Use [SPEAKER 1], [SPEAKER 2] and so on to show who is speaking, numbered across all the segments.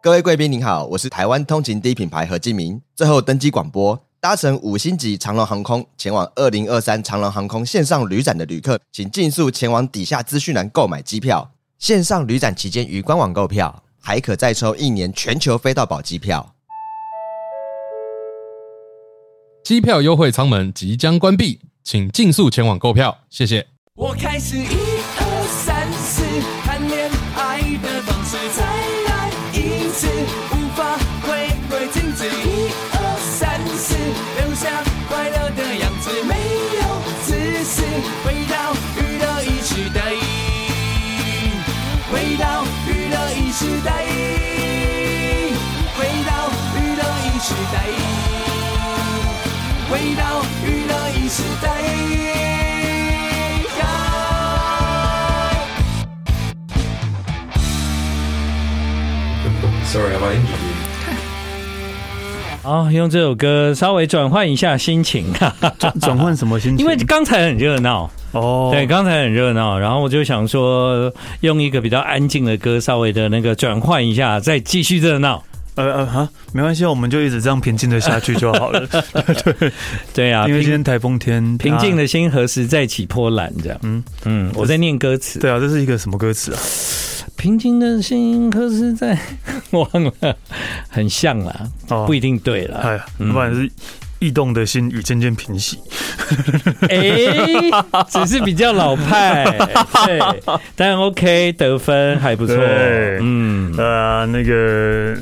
[SPEAKER 1] 各位贵宾您好，我是台湾通勤第一品牌何敬明。最后登机广播，搭乘五星级长龙航空前往二零二三长龙航空线上旅展的旅客，请尽速前往底下资讯栏购买机票。线上旅展期间于官网购票，还可再抽一年全球飞到宝机票。
[SPEAKER 2] 机票优惠舱门即将关闭，请尽速前往购票，谢谢。
[SPEAKER 3] 我开始一二三四谈恋爱的方式，再来一次，无法回归静止。一二三四，留下快乐的样子，没有自私，回到娱乐一时代，回到娱乐一时代，回到娱乐一时代，回到娱乐一时代。
[SPEAKER 4] Sorry, have I injured you?
[SPEAKER 5] 好，用这首歌稍微转换一下心情， 哈哈哈
[SPEAKER 6] 转换什么心情？
[SPEAKER 5] 因为刚才很热闹，
[SPEAKER 6] 哦，
[SPEAKER 5] 对，刚才很热闹，然后我就想说，用一个比较安静的歌，稍微的那个转换一下，再继续热闹。
[SPEAKER 6] 呃呃哈，没关系，我们就一直这样平静的下去就好了。对，
[SPEAKER 5] 对 啊，
[SPEAKER 6] 因为今
[SPEAKER 5] 平
[SPEAKER 6] 天台风天，
[SPEAKER 5] 平静
[SPEAKER 6] 的。
[SPEAKER 5] 的心何时再起波澜？这样，嗯嗯，我在念歌词。
[SPEAKER 6] 对啊，这是一个什么歌词啊？
[SPEAKER 5] 平静的心何时再 忘了，很像啦，
[SPEAKER 6] 哦
[SPEAKER 5] 不一定对了。
[SPEAKER 6] 哎，不然是异动的心与渐渐平息。
[SPEAKER 5] 哎、只是比较老 派，对，但 OK 得分还不错。
[SPEAKER 6] 对
[SPEAKER 5] 嗯，
[SPEAKER 6] 呃，那个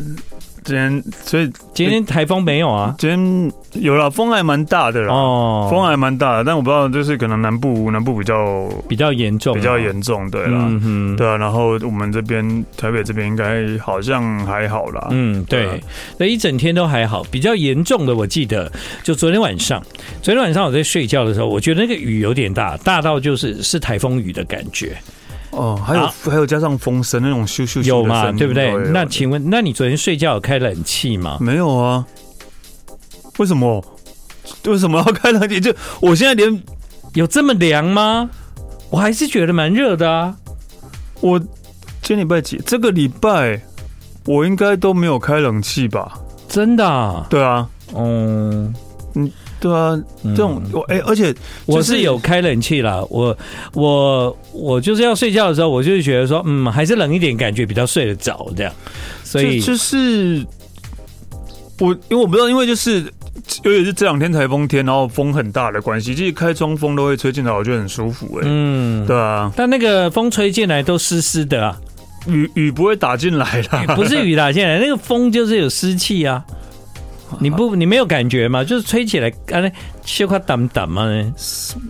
[SPEAKER 6] 今天，所以
[SPEAKER 5] 今天台风没有啊？
[SPEAKER 6] 今天有了风还蛮大的啦，
[SPEAKER 5] 哦，
[SPEAKER 6] 啊风还蛮大的，但我不知道，就是可能南部南部比较
[SPEAKER 5] 比较严重啊，
[SPEAKER 6] 比较严重，对啦。
[SPEAKER 5] 嗯哼，
[SPEAKER 6] 对啊，然后我们这边台北这边应该好像还好啦。
[SPEAKER 5] 嗯，
[SPEAKER 6] 对
[SPEAKER 5] 对
[SPEAKER 6] 啊，
[SPEAKER 5] 那一整天都还好。比较严重的，我记得就昨天晚上，昨天晚上我在睡觉的时候，我觉得那个雨有点大，大到就是是台风雨的感觉，
[SPEAKER 6] 哦，还有、
[SPEAKER 5] 啊
[SPEAKER 6] 还有加上风声那种咻咻咻的
[SPEAKER 5] 有嘛？
[SPEAKER 6] 声音
[SPEAKER 5] 对不对？那
[SPEAKER 6] 有
[SPEAKER 5] 请问，那你昨天睡觉有开冷气吗？
[SPEAKER 6] 没有啊？为什么？为什么要开冷气？就我现在连
[SPEAKER 5] 有这么凉吗？我还是觉得蛮热的啊。
[SPEAKER 6] 我今天礼拜几？这个礼拜我应该都没有开冷气吧？
[SPEAKER 5] 真的、啊，
[SPEAKER 6] 对啊，
[SPEAKER 5] 嗯，
[SPEAKER 6] 对啊，
[SPEAKER 5] 这
[SPEAKER 6] 这种、我哎、而且、
[SPEAKER 5] 嗯我是有开冷气啦，我我我就是要睡觉的时候，我就是觉得说，嗯，还是冷一点，感觉比较睡得着这样，所以
[SPEAKER 6] 就就是我，因为我不知道，因为就是尤其是这两天台风天，然后风很大的关系，其实开窗风都会吹进来，我觉得很舒服哎、
[SPEAKER 5] 嗯，
[SPEAKER 6] 对啊，
[SPEAKER 5] 但那个风吹进来都湿湿的啊，
[SPEAKER 6] 雨雨不会打进来啦，
[SPEAKER 5] 不是雨 打进来，那个风就是有湿气啊。你不，你没有感觉吗？就是吹起来，啊，那羞夸挡挡嘛。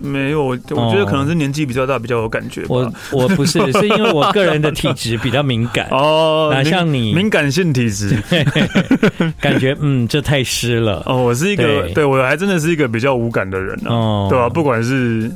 [SPEAKER 6] 没有，我觉得可能是年纪比较大，比较有感觉吧。
[SPEAKER 5] 我我不是，是因为我个人的体质比较敏感，
[SPEAKER 6] 哦，
[SPEAKER 5] 哪
[SPEAKER 6] 敏
[SPEAKER 5] 像你
[SPEAKER 6] 敏感性 体质
[SPEAKER 5] 感觉嗯，这太湿了。
[SPEAKER 6] 哦，我是一个
[SPEAKER 5] 对
[SPEAKER 6] 对我还真的是一个比较无感的人啊，
[SPEAKER 5] 哦，
[SPEAKER 6] 对吧、不管是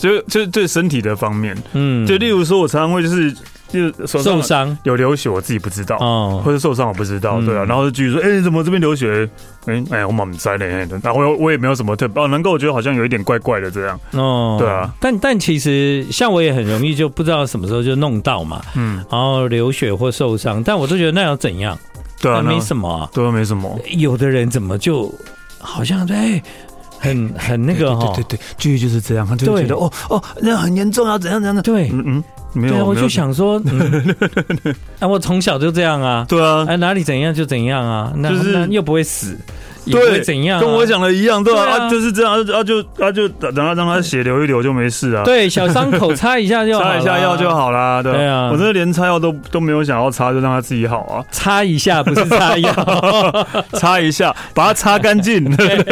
[SPEAKER 6] 就就对身体的方面，
[SPEAKER 5] 嗯，
[SPEAKER 6] 就例如说，我常常会就是就是手
[SPEAKER 5] 受
[SPEAKER 6] 上
[SPEAKER 5] 伤
[SPEAKER 6] 有流血，我自己不知道。
[SPEAKER 5] 哦
[SPEAKER 6] 或，者受伤我不知道，对啊，
[SPEAKER 5] 嗯
[SPEAKER 6] 然后就继续说，哎、怎么这边流血？哎、哎、我满塞嘞，哎然后我我也没有什么特别，哦，难怪我觉得好像有一点怪怪的这样，
[SPEAKER 5] 哦，
[SPEAKER 6] 对啊，
[SPEAKER 5] 但但其实像我也很容易就不知道什么时候就弄到嘛，
[SPEAKER 6] 嗯，
[SPEAKER 5] 然后流血或受伤，但我都觉得那又怎样？
[SPEAKER 6] 对啊，
[SPEAKER 5] 那没
[SPEAKER 6] 那
[SPEAKER 5] 什么啊。
[SPEAKER 6] 对啊，没什么，
[SPEAKER 5] 有的人怎么就好像哎，很很那个哈，
[SPEAKER 6] 对，剧就是这样，他就
[SPEAKER 5] 对
[SPEAKER 6] 哦哦，那很严重啊，怎样怎样的，
[SPEAKER 5] 对
[SPEAKER 6] 嗯嗯，没有，
[SPEAKER 5] 对啊，我
[SPEAKER 6] 没有
[SPEAKER 5] 就想说，嗯 啊，我从小就这样啊，
[SPEAKER 6] 对啊，
[SPEAKER 5] 哎，哪里怎样就怎样啊，那
[SPEAKER 6] 就是
[SPEAKER 5] 那又不会死，也不会
[SPEAKER 6] 对，
[SPEAKER 5] 怎样啊，
[SPEAKER 6] 跟我讲的一样，对
[SPEAKER 5] 对
[SPEAKER 6] 啊，
[SPEAKER 5] 啊
[SPEAKER 6] 啊就是这样，啊就啊就让他让他血流一流就没事啊，，
[SPEAKER 5] 对，小伤口擦一下就好
[SPEAKER 6] 擦
[SPEAKER 5] 啦
[SPEAKER 6] 一下药就，好啦，对
[SPEAKER 5] 对啊
[SPEAKER 6] 我真的连擦药都都没有想要擦，就让他自己好啊，
[SPEAKER 5] 擦一下不是擦药，
[SPEAKER 6] 擦一下，把它擦干 净，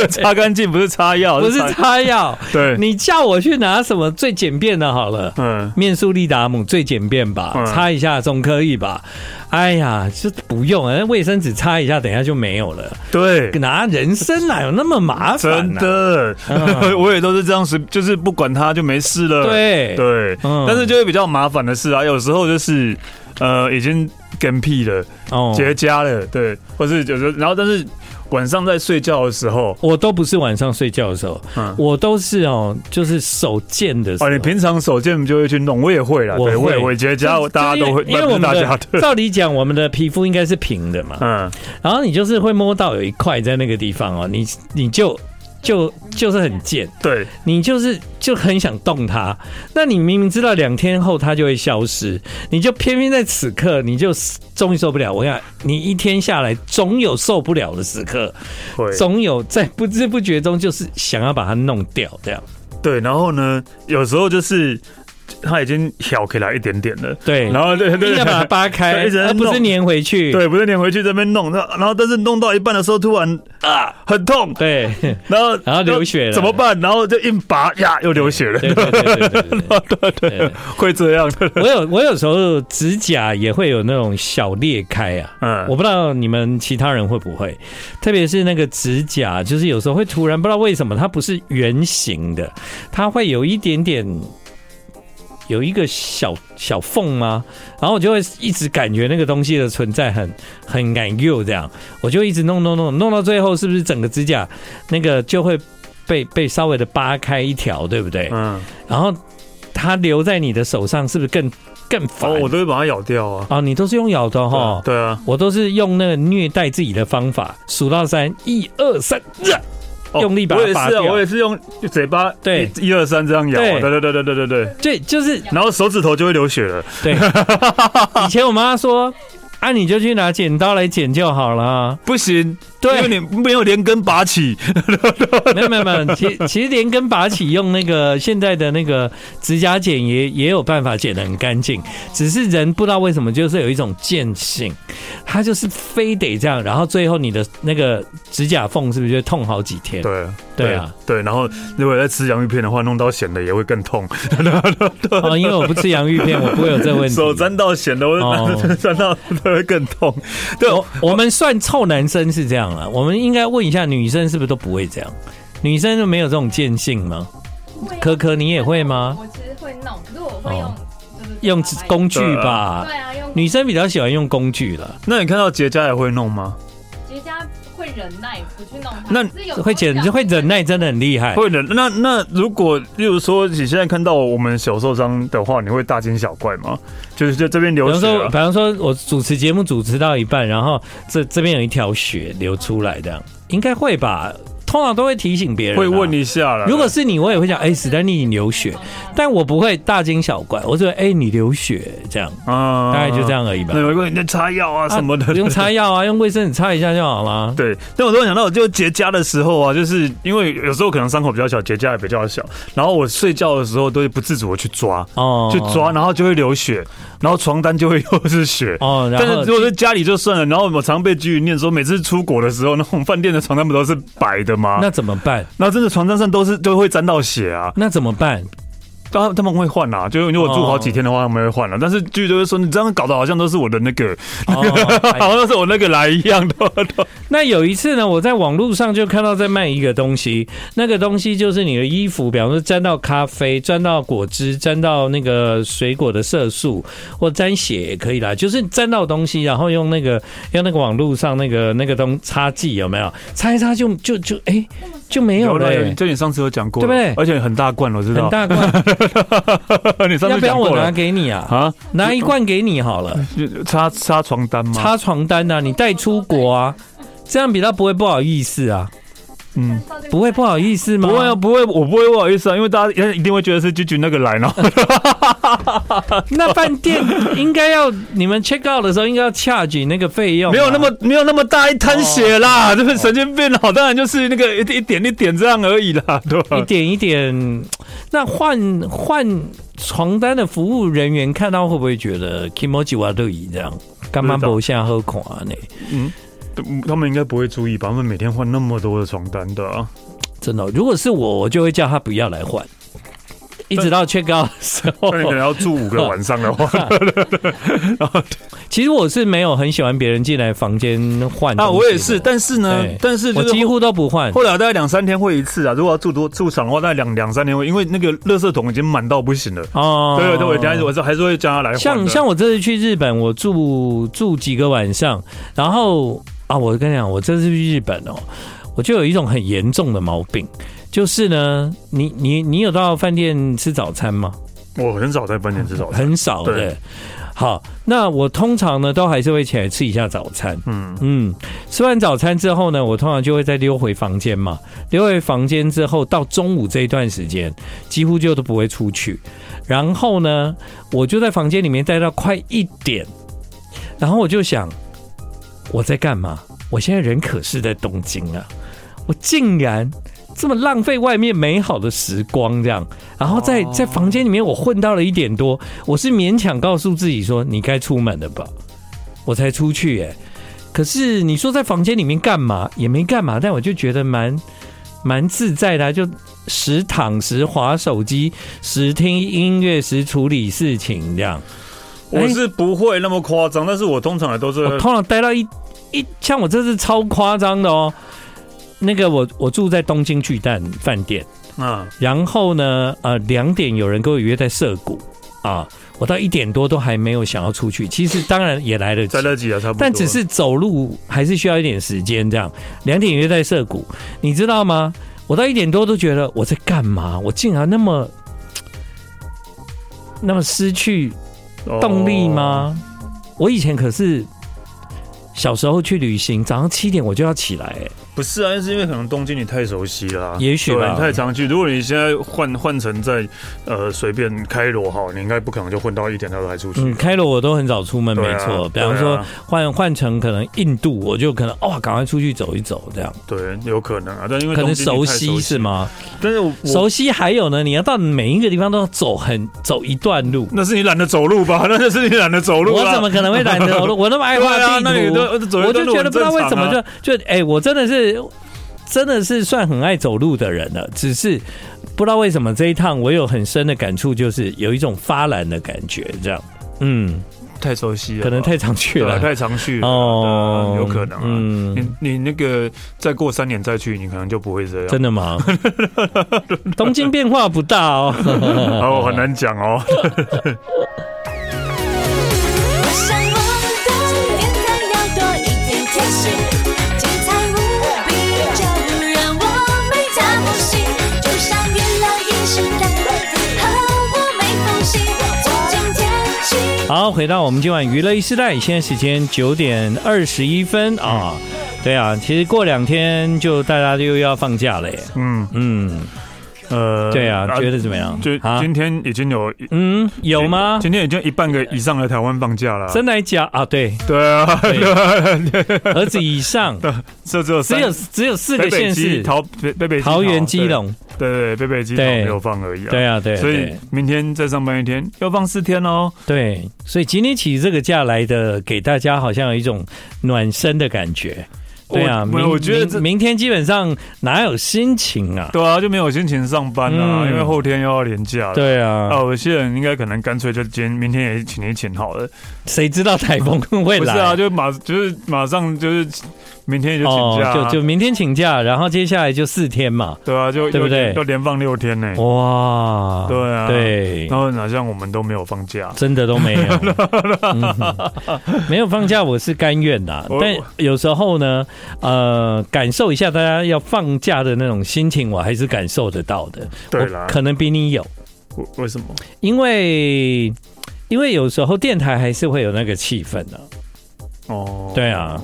[SPEAKER 6] 擦干净 不是擦药，
[SPEAKER 5] 不是
[SPEAKER 6] 擦
[SPEAKER 5] 擦药，
[SPEAKER 6] 对，
[SPEAKER 5] 你叫我去拿什么最简便的好了。
[SPEAKER 6] 嗯，
[SPEAKER 5] 面速利达姆最简便吧，
[SPEAKER 6] 嗯
[SPEAKER 5] 擦一下总可以吧？哎呀，就不用啊，那卫生纸擦一下，等一下就没有了。
[SPEAKER 6] 对。
[SPEAKER 5] 拿人参哪有那么麻烦、啊
[SPEAKER 6] 真
[SPEAKER 5] 呢？
[SPEAKER 6] 的，
[SPEAKER 5] 嗯
[SPEAKER 6] 我也都是这样，是就是不管他就没事了。
[SPEAKER 5] 对
[SPEAKER 6] 啊对，
[SPEAKER 5] 嗯
[SPEAKER 6] 但是就会比较麻烦的是啊，有时候就是呃已经跟屁了、
[SPEAKER 5] 哦，
[SPEAKER 6] 结痂了，对，或是有时候，然后但是晚上在睡觉的时候，
[SPEAKER 5] 我都不是晚上睡觉的时候，
[SPEAKER 6] 嗯
[SPEAKER 5] 我都是哦，就是手贱的时候。
[SPEAKER 6] 哦，你平常手贱就会去弄，我也会啦，
[SPEAKER 5] 啊我
[SPEAKER 6] 对，我也
[SPEAKER 5] 会
[SPEAKER 6] 会结
[SPEAKER 5] 就
[SPEAKER 6] 痂，我
[SPEAKER 5] 是
[SPEAKER 6] 大家都会，
[SPEAKER 5] 因为因为
[SPEAKER 6] 不
[SPEAKER 5] 我
[SPEAKER 6] 是
[SPEAKER 5] 们
[SPEAKER 6] 大家
[SPEAKER 5] 的
[SPEAKER 6] 对，
[SPEAKER 5] 照理讲，我们的皮肤应该是平的嘛，
[SPEAKER 6] 嗯，
[SPEAKER 5] 然后你就是会摸到有一块在那个地方哦，你你就就就是很贱，
[SPEAKER 6] 对，
[SPEAKER 5] 你就是就很想动它。那你明明知道两天后它就会消失，你就偏偏在此刻，你就终于受不了。我想你一天下来，总有受不了的时刻，
[SPEAKER 6] 会，
[SPEAKER 5] 总有在不知不觉中就是想要把它弄掉，这样
[SPEAKER 6] 对，然后呢，有时候就是它已经挑起来一点点了，
[SPEAKER 5] 对。
[SPEAKER 6] 然后对对
[SPEAKER 5] 硬
[SPEAKER 6] 对
[SPEAKER 5] 要把它扒开，
[SPEAKER 6] 对一直在
[SPEAKER 5] 而不是
[SPEAKER 6] 弄
[SPEAKER 5] 粘回去。
[SPEAKER 6] 对，不是连回去这边弄，那然后但是弄到一半的时候，突然啊很痛，
[SPEAKER 5] 对
[SPEAKER 6] 然后
[SPEAKER 5] 然后流血了
[SPEAKER 6] 怎么办？然后就硬拔呀，又流血了，
[SPEAKER 5] 对对对对对对对
[SPEAKER 6] 会这样的。
[SPEAKER 5] 我有我有时候指甲也会有那种小裂开啊，
[SPEAKER 6] 嗯
[SPEAKER 5] 我不知道你们其他人会不会，特别是那个指甲，就是有时候会突然不知道为什么它不是圆形的，它会有一点点。有一个小小缝吗？然后我就会一直感觉那个东西的存在很很感忧这样，我就一直弄弄弄弄到最后，是不是整个指甲那个就会被被稍微的扒开一条，对不对？
[SPEAKER 6] 嗯，
[SPEAKER 5] 然后它留在你的手上，是不是更更烦？哦
[SPEAKER 6] 哦，我都会把它咬掉啊。
[SPEAKER 5] 啊，你都是用咬的哈，
[SPEAKER 6] 对啊，
[SPEAKER 5] 我都是用那个虐待自己的方法，数到三，一二三，呀
[SPEAKER 6] 哦
[SPEAKER 5] 用力把它
[SPEAKER 6] 我也
[SPEAKER 5] 拔
[SPEAKER 6] 是
[SPEAKER 5] 掉
[SPEAKER 6] 啊，我也是用嘴巴
[SPEAKER 5] 对
[SPEAKER 6] 一一二三这样咬
[SPEAKER 5] 对
[SPEAKER 6] 啊，对对对对对对对，
[SPEAKER 5] 对，就是
[SPEAKER 6] 然后手指头就会流血了。
[SPEAKER 5] 对。以前我妈说，啊，你就去拿剪刀来剪就好了。
[SPEAKER 6] 不行，
[SPEAKER 5] 对
[SPEAKER 6] 因为你没有连根拔起，
[SPEAKER 5] 没有没有没有，其其实连根拔起用那个现在的那个指甲剪也也有办法剪得很干净，只是人不知道为什么就是有一种贱性，他就是非得这样，然后最后你的那个指甲缝是不是就痛好几天？
[SPEAKER 6] 对
[SPEAKER 5] 对啊，
[SPEAKER 6] 对，然后如果在吃洋芋片的话，弄到咸的也会更痛，
[SPEAKER 5] 哦，因为我不吃洋芋片，我不会有这个 问题。
[SPEAKER 6] 手沾到咸的，
[SPEAKER 5] 哦
[SPEAKER 6] 我 沾到都会更痛。对，
[SPEAKER 5] 我我们算臭男生是这样了，我们应该问一下女生是不是都不会这样？女生就没有这种贱性吗？
[SPEAKER 4] 会
[SPEAKER 5] 可可你也会吗
[SPEAKER 4] 我其实会弄，可是我会用
[SPEAKER 5] 哦
[SPEAKER 4] 就是
[SPEAKER 5] 用工具吧
[SPEAKER 4] 对，啊，用
[SPEAKER 5] 女生比较喜欢用工具了。
[SPEAKER 6] 那你看到结痂也会弄吗？
[SPEAKER 4] 结痂会忍耐，不去弄它。
[SPEAKER 6] 那
[SPEAKER 4] 可是有时候
[SPEAKER 5] 会剪
[SPEAKER 4] 小
[SPEAKER 5] 会忍耐，真的很厉害。
[SPEAKER 6] 会的。那那如果例如说你现在看到我们手受伤的话，你会大惊小怪吗？就是就这边
[SPEAKER 5] 比
[SPEAKER 6] 流
[SPEAKER 5] 方
[SPEAKER 6] 血、
[SPEAKER 5] 说，
[SPEAKER 6] 啊
[SPEAKER 5] 比，方说我主持节目主持到一半，然后这这边有一条血流出来，这样应该会吧？通常都会提醒别人、啊
[SPEAKER 6] 会问。一下了。
[SPEAKER 5] 如果是你，我也会讲，哎、史丹利你流血，但我不会大惊小怪，我只会，哎、你流血这样，
[SPEAKER 6] 啊
[SPEAKER 5] 大概就这。样而已吧。
[SPEAKER 6] 那如果你在擦药啊什么的，
[SPEAKER 5] 啊不用擦药啊，用卫生纸擦一下就好啊啦。
[SPEAKER 6] 对，但我突然想到，就结痂的时候啊，就是因为有时候可能伤口比较小，结痂也比较小，然后我睡觉的时候都会不自主的去抓，
[SPEAKER 5] 哦
[SPEAKER 6] 去抓，然后就会流血，然后床单就会又是血。
[SPEAKER 5] 哦，
[SPEAKER 6] 但
[SPEAKER 5] 然
[SPEAKER 6] 是
[SPEAKER 5] 后
[SPEAKER 6] 如果在家里就算了，然后我常被居民念说，每次出国的时候，那种饭店的床单不都是白的吗？
[SPEAKER 5] 那怎么办？
[SPEAKER 6] 那真的床单上都是都会沾到血啊，
[SPEAKER 5] 那怎么办？
[SPEAKER 6] 他他们会换啊，就因为
[SPEAKER 5] 哦
[SPEAKER 6] 我住好几天的话，他们会换啊。但是剧就会说，你这样搞得好像都是我的那个，
[SPEAKER 5] 哦
[SPEAKER 6] 好像都是我那个来一样的。
[SPEAKER 5] 那有一次呢，我在网络上就看到在卖一个东西，那个东西就是你的衣服，比方说沾到咖啡、沾到果汁、沾到那个水果的色素，或沾血也可以啦，就是沾到东西，然后用那个用那个网络上那个那个东擦剂有没有？擦一擦就就就哎、就 没有了、欸，
[SPEAKER 6] 就你上次有讲过，
[SPEAKER 5] 对不对
[SPEAKER 6] 而且很大罐，我知
[SPEAKER 5] 很
[SPEAKER 6] 道。
[SPEAKER 5] 大罐，
[SPEAKER 6] 你上
[SPEAKER 5] 要
[SPEAKER 6] 次
[SPEAKER 5] 不要
[SPEAKER 6] 讲过
[SPEAKER 5] 我拿
[SPEAKER 6] 了嗯
[SPEAKER 5] 给你啊？
[SPEAKER 6] 啊？
[SPEAKER 5] 拿一罐给你好了。
[SPEAKER 6] 就擦擦床单吗？
[SPEAKER 5] 擦床单啊，你带出国啊，这样比较不会不好意思啊，
[SPEAKER 6] 嗯。
[SPEAKER 5] 不会不好意思吗？
[SPEAKER 6] 不会啊，不会，我不会不好意思啊，因为大家一定会觉得是居居那个来 呢。
[SPEAKER 5] 哦那饭店应该要你们 check out 的时候应该要 charge 那个费用啊、
[SPEAKER 6] 没有那么没有那么大一
[SPEAKER 5] 哦
[SPEAKER 6] 滩血啦，这个神经病哦，当然就是那个一一点一点这样而已啦，对吧
[SPEAKER 5] 一？点一点。那换换床单的服务人员看到会不会觉得 kimoji 瓦都一样？干嘛不下喝款呢？
[SPEAKER 6] 嗯他们应该不会注意吧？他们每天换那么多的床单的、啊，
[SPEAKER 5] 真的哦、如果是我，我就会叫他不要来换。一直到 check out 的时候
[SPEAKER 6] 那。你可能要住五个晚上的话，
[SPEAKER 5] 其实我是没有很喜欢别人进来房间换
[SPEAKER 6] 啊，
[SPEAKER 5] 东西
[SPEAKER 6] 我也
[SPEAKER 5] 的
[SPEAKER 6] 是，但是呢
[SPEAKER 5] 对，
[SPEAKER 6] 但是
[SPEAKER 5] 我
[SPEAKER 6] 就是
[SPEAKER 5] 几乎都不换。
[SPEAKER 6] 后来大概两三天会一次啊，如果要住多住场的话，大概两两三天会，因为那个垃圾桶已经满到不行了。
[SPEAKER 5] 哦
[SPEAKER 6] 对对对，我等一下我是还是会叫他来换的。
[SPEAKER 5] 像像我这次去日本，我住住几个晚上，然后啊，我跟你讲，我这次去日本哦，我就有一种很严重的毛病，就是呢，你你你有到饭店吃早餐吗？
[SPEAKER 6] 我很少在饭店吃早餐，
[SPEAKER 5] 很少的
[SPEAKER 6] 对。
[SPEAKER 5] 好，那我通常呢都还是会起来吃一下早餐。
[SPEAKER 6] 嗯，
[SPEAKER 5] 嗯，吃完早餐之后呢，我通常就会再溜回房间嘛。溜回房间之后，到中午这一段时间，几乎就都不会出去。然后呢，我就在房间里面待到快一点，然后我就想，我在干嘛？我现在人可是在东京啊，我竟然。这么浪费外面美好的时光，这样，然后
[SPEAKER 6] 哦
[SPEAKER 5] 在在房间里面，我混到了一点多，我是勉强告诉自己说，你该出门了吧，我才出去耶、可是你说在房间里面干嘛也没干嘛，但我就觉得蛮蛮自在的啊、就时躺时划手机，时听音乐，时处理事情这样。
[SPEAKER 6] 我是不会那么夸张，但是哎我通常也都是
[SPEAKER 5] 我通常待到一一，像我这次超夸张的哦。那个我我住在东京巨蛋饭店，
[SPEAKER 6] 嗯，
[SPEAKER 5] 然后呢，呃，两点有人跟我约在涩谷啊，我到一点多都还没有想要出去。其实当然也来得及
[SPEAKER 6] 在，那几啊差不多。
[SPEAKER 5] 但只是走路还是需要一点时间，这样两点约在涩谷，你知道吗？我到一点多都觉得我在干嘛？我竟然那么那么失去动力
[SPEAKER 6] 哦
[SPEAKER 5] 吗？我以前可是小时候去旅行，早上七点我就要起来、欸
[SPEAKER 6] 哦？不是啊，是因为可能东京你太熟悉了啊、
[SPEAKER 5] 也许吧
[SPEAKER 6] 对你太常去。如果你现在换换成在呃随便开罗好，你应该不可能就混到一点他都还出去。
[SPEAKER 5] 嗯，开罗我都很早出门，
[SPEAKER 6] 对
[SPEAKER 5] 没
[SPEAKER 6] 啊
[SPEAKER 5] 错。比
[SPEAKER 6] 对啊
[SPEAKER 5] 方说换换成可能印度，我就可能哦，赶快出去走一走，这样
[SPEAKER 6] 对，有可能啊，但因为
[SPEAKER 5] 可能
[SPEAKER 6] 东京你
[SPEAKER 5] 熟
[SPEAKER 6] 太
[SPEAKER 5] 悉是？吗？
[SPEAKER 6] 但是我
[SPEAKER 5] 熟悉还有呢，你要到每一个地方都要走很走一段路。
[SPEAKER 6] 那是你懒得走路吧？ 那就是你懒得走路、啊。
[SPEAKER 5] 我怎么可能会懒得走路？我那么爱画
[SPEAKER 6] 对啊那
[SPEAKER 5] 地
[SPEAKER 6] 你
[SPEAKER 5] 图，
[SPEAKER 6] 都走一
[SPEAKER 5] 我
[SPEAKER 6] 段
[SPEAKER 5] 就
[SPEAKER 6] 路
[SPEAKER 5] 觉得
[SPEAKER 6] 很
[SPEAKER 5] 不知道
[SPEAKER 6] 正
[SPEAKER 5] 为
[SPEAKER 6] 常
[SPEAKER 5] 什么
[SPEAKER 6] 啊
[SPEAKER 5] 就就哎、我真的是真的是算很爱走路的人了，只是不知道为什么这一趟我有很深的感触，就是有一种发懒的感觉，这样，嗯，
[SPEAKER 6] 太熟悉了吧？
[SPEAKER 5] 可能太常去
[SPEAKER 6] 对啊
[SPEAKER 5] 了。
[SPEAKER 6] 太常去了
[SPEAKER 5] 哦
[SPEAKER 6] 哦，有可能、啊。
[SPEAKER 5] 嗯
[SPEAKER 6] 你你那个再过三年再去，你可能就不会这样。
[SPEAKER 5] 真的吗？ 东京变化不大哦。
[SPEAKER 6] 哦，很难 讲哦。
[SPEAKER 7] 我想我们的电台要多一点贴心，精彩无比，就让我们加入戏，就像娱乐一时代，和我没缝隙，走进天气。
[SPEAKER 5] 好，回到我们今晚娱乐一时代，现在时间九点二十一分啊。对啊，其实过两天就大家又要放假了耶。
[SPEAKER 6] 嗯，
[SPEAKER 5] 嗯，
[SPEAKER 6] 呃，
[SPEAKER 5] 对啊，觉得怎么样？
[SPEAKER 6] 就
[SPEAKER 5] 啊，
[SPEAKER 6] 今天已经有一
[SPEAKER 5] 嗯，有吗？
[SPEAKER 6] 今天已经一半个以上的台湾放假了。
[SPEAKER 5] 真来假啊？ 对，
[SPEAKER 6] 对啊，
[SPEAKER 5] 儿子以上
[SPEAKER 6] 这只有
[SPEAKER 5] 只
[SPEAKER 6] 三
[SPEAKER 5] 有只有四
[SPEAKER 6] 北
[SPEAKER 5] 个
[SPEAKER 6] 北
[SPEAKER 5] 县
[SPEAKER 6] 基
[SPEAKER 5] 市，
[SPEAKER 6] 桃北北北基
[SPEAKER 5] 桃园、
[SPEAKER 6] 桃
[SPEAKER 5] 基，隆。
[SPEAKER 6] 对对对，北北基桃
[SPEAKER 5] 对
[SPEAKER 6] 没有放而已啊。
[SPEAKER 5] 对啊，对啊，
[SPEAKER 6] 所以
[SPEAKER 5] 对
[SPEAKER 6] 明天再上班一天，要放四天哦。
[SPEAKER 5] 对，所以今天起这个假来的，给大家好像有一种暖身的感觉。对啊，
[SPEAKER 6] 我
[SPEAKER 5] 明
[SPEAKER 6] 我觉得
[SPEAKER 5] 明
[SPEAKER 6] 这
[SPEAKER 5] 明天基本上哪有心情啊？
[SPEAKER 6] 对啊，就没有心情上班啊，
[SPEAKER 5] 嗯
[SPEAKER 6] 因为后天又要连假了。
[SPEAKER 5] 对啊
[SPEAKER 6] 啊，，有些人应该可能干脆就今天明天也请一请好了。
[SPEAKER 5] 谁知道台风会
[SPEAKER 6] 不是
[SPEAKER 5] 来？
[SPEAKER 6] 啊，就马就是马上就是明天也就请假啊、
[SPEAKER 5] 哦，就就明天请假，然后接下来就四天嘛。
[SPEAKER 6] 对啊，就
[SPEAKER 5] 对不对哦
[SPEAKER 6] 要连放六天呢、
[SPEAKER 5] 哇，
[SPEAKER 6] 对啊
[SPEAKER 5] 对
[SPEAKER 6] 然，后哪像我们都没有放假，
[SPEAKER 5] 真的都没有， 嗯哼没有放假，我是甘愿的
[SPEAKER 6] 我。
[SPEAKER 5] 但有时候呢，呃，感受一下大家要放假的那种心情，我还是感受得到的。
[SPEAKER 6] 对啦
[SPEAKER 5] 我可能比你有，
[SPEAKER 6] 为为什么？
[SPEAKER 5] 因为因为有时候电台还是会有那个气氛的、
[SPEAKER 6] 哦，
[SPEAKER 5] 对啊，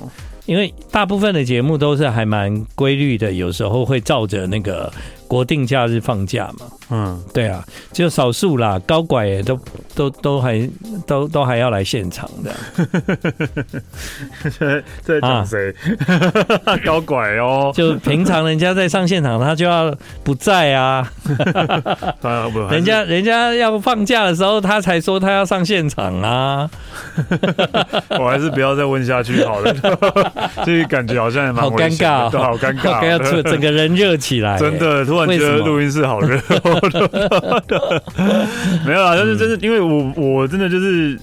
[SPEAKER 5] 因为大部分的节目都是还蛮规律的，有时候会照着那个国定假日放假嘛。
[SPEAKER 6] 嗯，
[SPEAKER 5] 对啊，只有少数啦，高拐也都都都还都都还要来现场的。
[SPEAKER 6] 在
[SPEAKER 5] 啊
[SPEAKER 6] 讲谁？ 高拐哦，
[SPEAKER 5] 就平常人家在上现场，他就要不在啊，
[SPEAKER 6] 啊不， 还是
[SPEAKER 5] 人家人家要放假的时候，他才说他要上现场啊，
[SPEAKER 6] 我还是不要再问下去好 了，这个感觉好像也蛮
[SPEAKER 5] 好
[SPEAKER 6] 危
[SPEAKER 5] 尴
[SPEAKER 6] 险的
[SPEAKER 5] 尬哦，
[SPEAKER 6] 对好尴尬，
[SPEAKER 5] 要整个人热起来、
[SPEAKER 6] 真。的突突然觉
[SPEAKER 5] 为
[SPEAKER 6] 得
[SPEAKER 5] 什么
[SPEAKER 6] 录音室好热哦。 没有啦，但是真的，因为我我真的就是。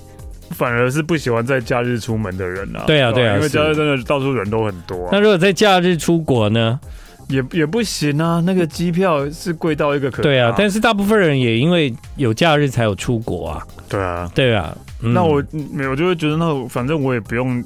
[SPEAKER 6] 反而是不喜欢在假日出门的人啊。
[SPEAKER 5] 对啊对啊
[SPEAKER 6] 因为
[SPEAKER 5] 是
[SPEAKER 6] 假日真的到处人都很多、
[SPEAKER 5] 那
[SPEAKER 6] 啊，
[SPEAKER 5] 如果在假日出国呢？
[SPEAKER 6] 也也不行啊。那个机票是贵到一个可
[SPEAKER 5] 对啊，但
[SPEAKER 6] 是
[SPEAKER 5] 是大部分人也因为有假日才有出国啊。
[SPEAKER 6] 对啊，
[SPEAKER 5] 对啊，嗯
[SPEAKER 6] 那我没有，我就会觉得那我反正我也不用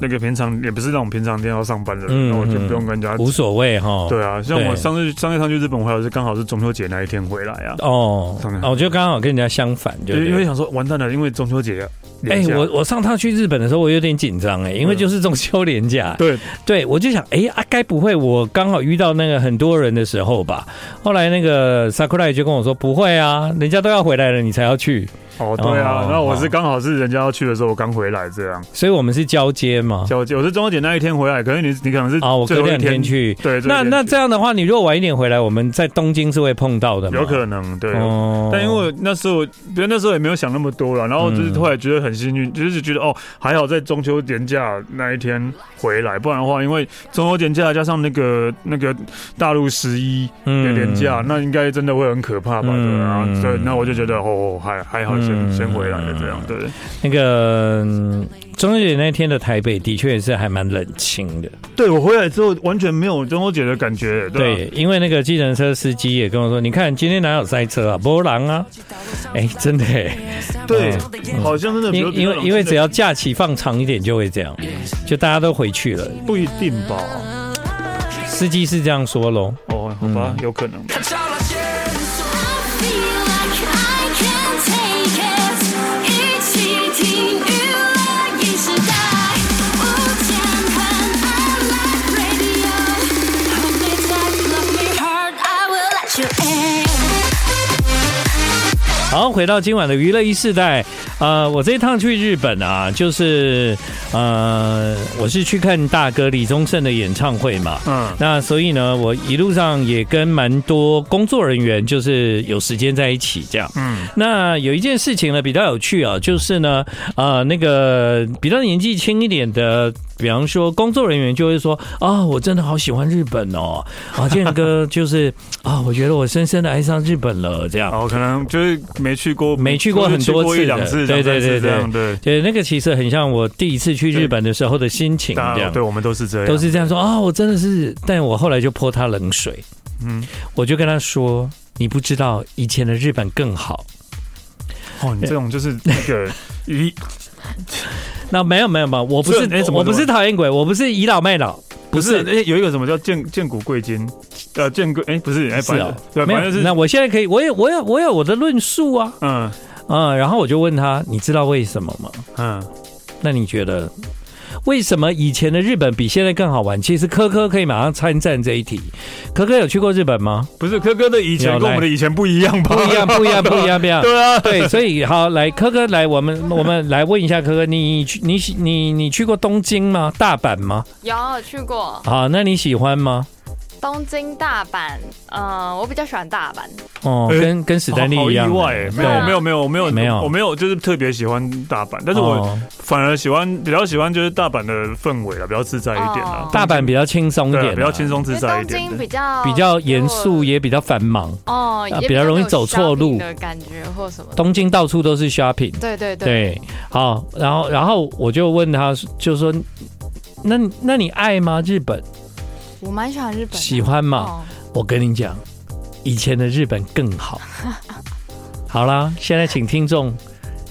[SPEAKER 6] 那个平常也不是那种平常天要上班的人，
[SPEAKER 5] 嗯
[SPEAKER 6] 那我就
[SPEAKER 5] 嗯
[SPEAKER 6] 不用跟人家
[SPEAKER 5] 无所谓哈。
[SPEAKER 6] 对啊，像我
[SPEAKER 5] 对
[SPEAKER 6] 上次上次趟去日本回来，我是刚好是中秋节那一天回来啊，
[SPEAKER 5] 哦
[SPEAKER 6] 上面，
[SPEAKER 5] 哦，就刚好跟人家相反，就
[SPEAKER 6] 因为
[SPEAKER 5] 对
[SPEAKER 6] 因
[SPEAKER 5] 了
[SPEAKER 6] 为想说完蛋了，因为中秋节
[SPEAKER 5] 哎、
[SPEAKER 6] 连假，
[SPEAKER 5] 我我上趟去日本的时候，我有点紧张哎，因为
[SPEAKER 6] 嗯
[SPEAKER 5] 就是中秋连假，
[SPEAKER 6] 对
[SPEAKER 5] 对我就想，哎、啊，该不会我刚好遇到那个很多人的时候吧？后来那个 Sakurai 就跟我说，不会啊，人家都要回来了，你才要去，
[SPEAKER 6] 哦对啊
[SPEAKER 5] 哦，
[SPEAKER 6] 然后我是刚好是人家要去的时候，我刚回来这样。
[SPEAKER 5] 所以我们是交接嘛。
[SPEAKER 6] 小姐，我是中秋节那一天回来，可是你你可能是
[SPEAKER 5] 啊、哦我
[SPEAKER 6] 最
[SPEAKER 5] 隔
[SPEAKER 6] 后一
[SPEAKER 5] 两天，去。
[SPEAKER 6] 对，最后
[SPEAKER 5] 那
[SPEAKER 6] 一天
[SPEAKER 5] 那
[SPEAKER 6] 去
[SPEAKER 5] 这样的话，你如果晚一点回来，我们在东京是会碰到的嘛？
[SPEAKER 6] 有可能对。
[SPEAKER 5] 哦
[SPEAKER 6] 但因为我那时候，别人那时候也没有想那么多了，然后就是
[SPEAKER 5] 嗯
[SPEAKER 6] 后来觉得很幸运，就是觉得哦，还好在中秋连假那一天回来，不然的话，因为中秋连假加上那个那个大陆十一，
[SPEAKER 5] 嗯
[SPEAKER 6] 也廉价，那应该真的会很可怕吧？
[SPEAKER 5] 嗯
[SPEAKER 6] 对啊，对，那我就觉得哦，还还好先，先、
[SPEAKER 5] 嗯
[SPEAKER 6] 回来了这样，对，
[SPEAKER 5] 那个嗯中秋节那天的台北的确是还蛮冷清的。
[SPEAKER 6] 对我回来之后完全没有中秋节的感觉，对啊、
[SPEAKER 5] 对，因为那个计程车司机也跟我说，你看今天哪有塞车啊，波浪啊，哎、真的、欸，
[SPEAKER 6] 对，好像真的比
[SPEAKER 5] 因
[SPEAKER 6] 较
[SPEAKER 5] 因为因为只要假期放长一点就会这样，就大家都回去了，
[SPEAKER 6] 不一定吧，
[SPEAKER 5] 司机是这样说喽。
[SPEAKER 6] 哦，好吧，有可能。
[SPEAKER 7] feel like I can take it，一起听娱乐一时代，午间很 I like radio。Hold me tight, love me hard, I will let you in。
[SPEAKER 5] 好，回到今晚的娱乐一世代，呃，我这一趟去日本啊，就是呃，我是去看大哥李宗盛的演唱会嘛。
[SPEAKER 6] 嗯，
[SPEAKER 5] 那所以呢，我一路上也跟蛮多工作人员，就是有时间在一起这样。
[SPEAKER 6] 嗯，
[SPEAKER 5] 那有一件事情呢比较有趣啊，就是呢，呃，那个比较年纪轻一点的，比方说工作人员就会说啊、我真的好喜欢日本哦，啊，建哥就是啊、我觉得我深深的爱上日本了，这样。
[SPEAKER 6] 哦，可能就是没去过，
[SPEAKER 5] 没去过很多
[SPEAKER 6] 或
[SPEAKER 5] 次的
[SPEAKER 6] 是去过一两次，
[SPEAKER 5] 对
[SPEAKER 6] 两三次
[SPEAKER 5] 对对
[SPEAKER 6] 这样对。
[SPEAKER 5] 对，那个其实很像我第一次去日本的时候的心情，
[SPEAKER 6] 大
[SPEAKER 5] 这
[SPEAKER 6] 家
[SPEAKER 5] 样
[SPEAKER 6] 啊对我们都是这样，
[SPEAKER 5] 都是这样说啊、我真的是，但我后来就泼他冷水，
[SPEAKER 6] 嗯，
[SPEAKER 5] 我就跟他说，你不知道以前的日本更好。
[SPEAKER 6] 哦，你这种就是那 个一
[SPEAKER 5] 那没有没有没有，我不是
[SPEAKER 6] 这哎怎么
[SPEAKER 5] 我不是讨厌鬼，我不是倚老卖老，
[SPEAKER 6] 不
[SPEAKER 5] 不
[SPEAKER 6] 是
[SPEAKER 5] 是
[SPEAKER 6] 哎，有一个什么叫见见骨贵金，呃，见骨哎不是哎，
[SPEAKER 5] 是
[SPEAKER 6] 反
[SPEAKER 5] 哦
[SPEAKER 6] 正对，
[SPEAKER 5] 没
[SPEAKER 6] 反
[SPEAKER 5] 有
[SPEAKER 6] 正是。
[SPEAKER 5] 那我现在可以，我有我有我有我的论述啊，
[SPEAKER 6] 嗯
[SPEAKER 5] 嗯，然后我就问他，你知道为什么吗？
[SPEAKER 6] 嗯，
[SPEAKER 5] 那你觉得为什么以前的日本比现在更好玩？其实科科可以马上参战这一题。科科有去过日本吗？
[SPEAKER 6] 不是科科的以前
[SPEAKER 5] 有
[SPEAKER 6] 跟我们的以前不一样吧？
[SPEAKER 5] 不一样，不一样，不一样，不一样。
[SPEAKER 6] 对啊，
[SPEAKER 5] 对，所以好来，科科来，我们我们来问一下科科，你去你喜你你去过东京吗？大阪吗？
[SPEAKER 8] 有去过
[SPEAKER 5] 啊，那你喜欢吗？
[SPEAKER 8] 东京、大阪，呃，我比较喜欢大阪。
[SPEAKER 5] 哦，
[SPEAKER 6] 哎
[SPEAKER 5] 跟跟史丹利
[SPEAKER 6] 好好
[SPEAKER 5] 一
[SPEAKER 6] 意
[SPEAKER 5] 样，
[SPEAKER 6] 外欸，没
[SPEAKER 5] 对啊
[SPEAKER 6] 有没有没有我没有
[SPEAKER 5] 没有
[SPEAKER 6] 我没有就是特别喜欢大阪，但是我
[SPEAKER 5] 哦
[SPEAKER 6] 反而喜欢比较喜欢就是大阪的氛围啊，比较自在一点啊
[SPEAKER 8] 哦，
[SPEAKER 5] 大阪比较轻松一
[SPEAKER 6] 对
[SPEAKER 5] 点啊，
[SPEAKER 6] 啊比较轻松自
[SPEAKER 8] 因为
[SPEAKER 6] 在一
[SPEAKER 8] 东
[SPEAKER 6] 点
[SPEAKER 8] 京
[SPEAKER 6] 的
[SPEAKER 8] 比。较
[SPEAKER 5] 比较严肃，也比较繁忙。
[SPEAKER 8] 哦，
[SPEAKER 5] 啊
[SPEAKER 8] 也
[SPEAKER 5] 比较容易
[SPEAKER 8] 有
[SPEAKER 5] 走错路
[SPEAKER 8] shopping 的感觉或什么的。
[SPEAKER 5] 东京到处都是 shopping，
[SPEAKER 8] 对对对，
[SPEAKER 5] 对，好，然后然后我就问他，就说，那你那你爱吗？日本
[SPEAKER 8] 我蛮喜欢日本的，
[SPEAKER 5] 喜欢吗？
[SPEAKER 8] 哦
[SPEAKER 5] 我跟你讲，以前的日本更好。好啦，现在请听众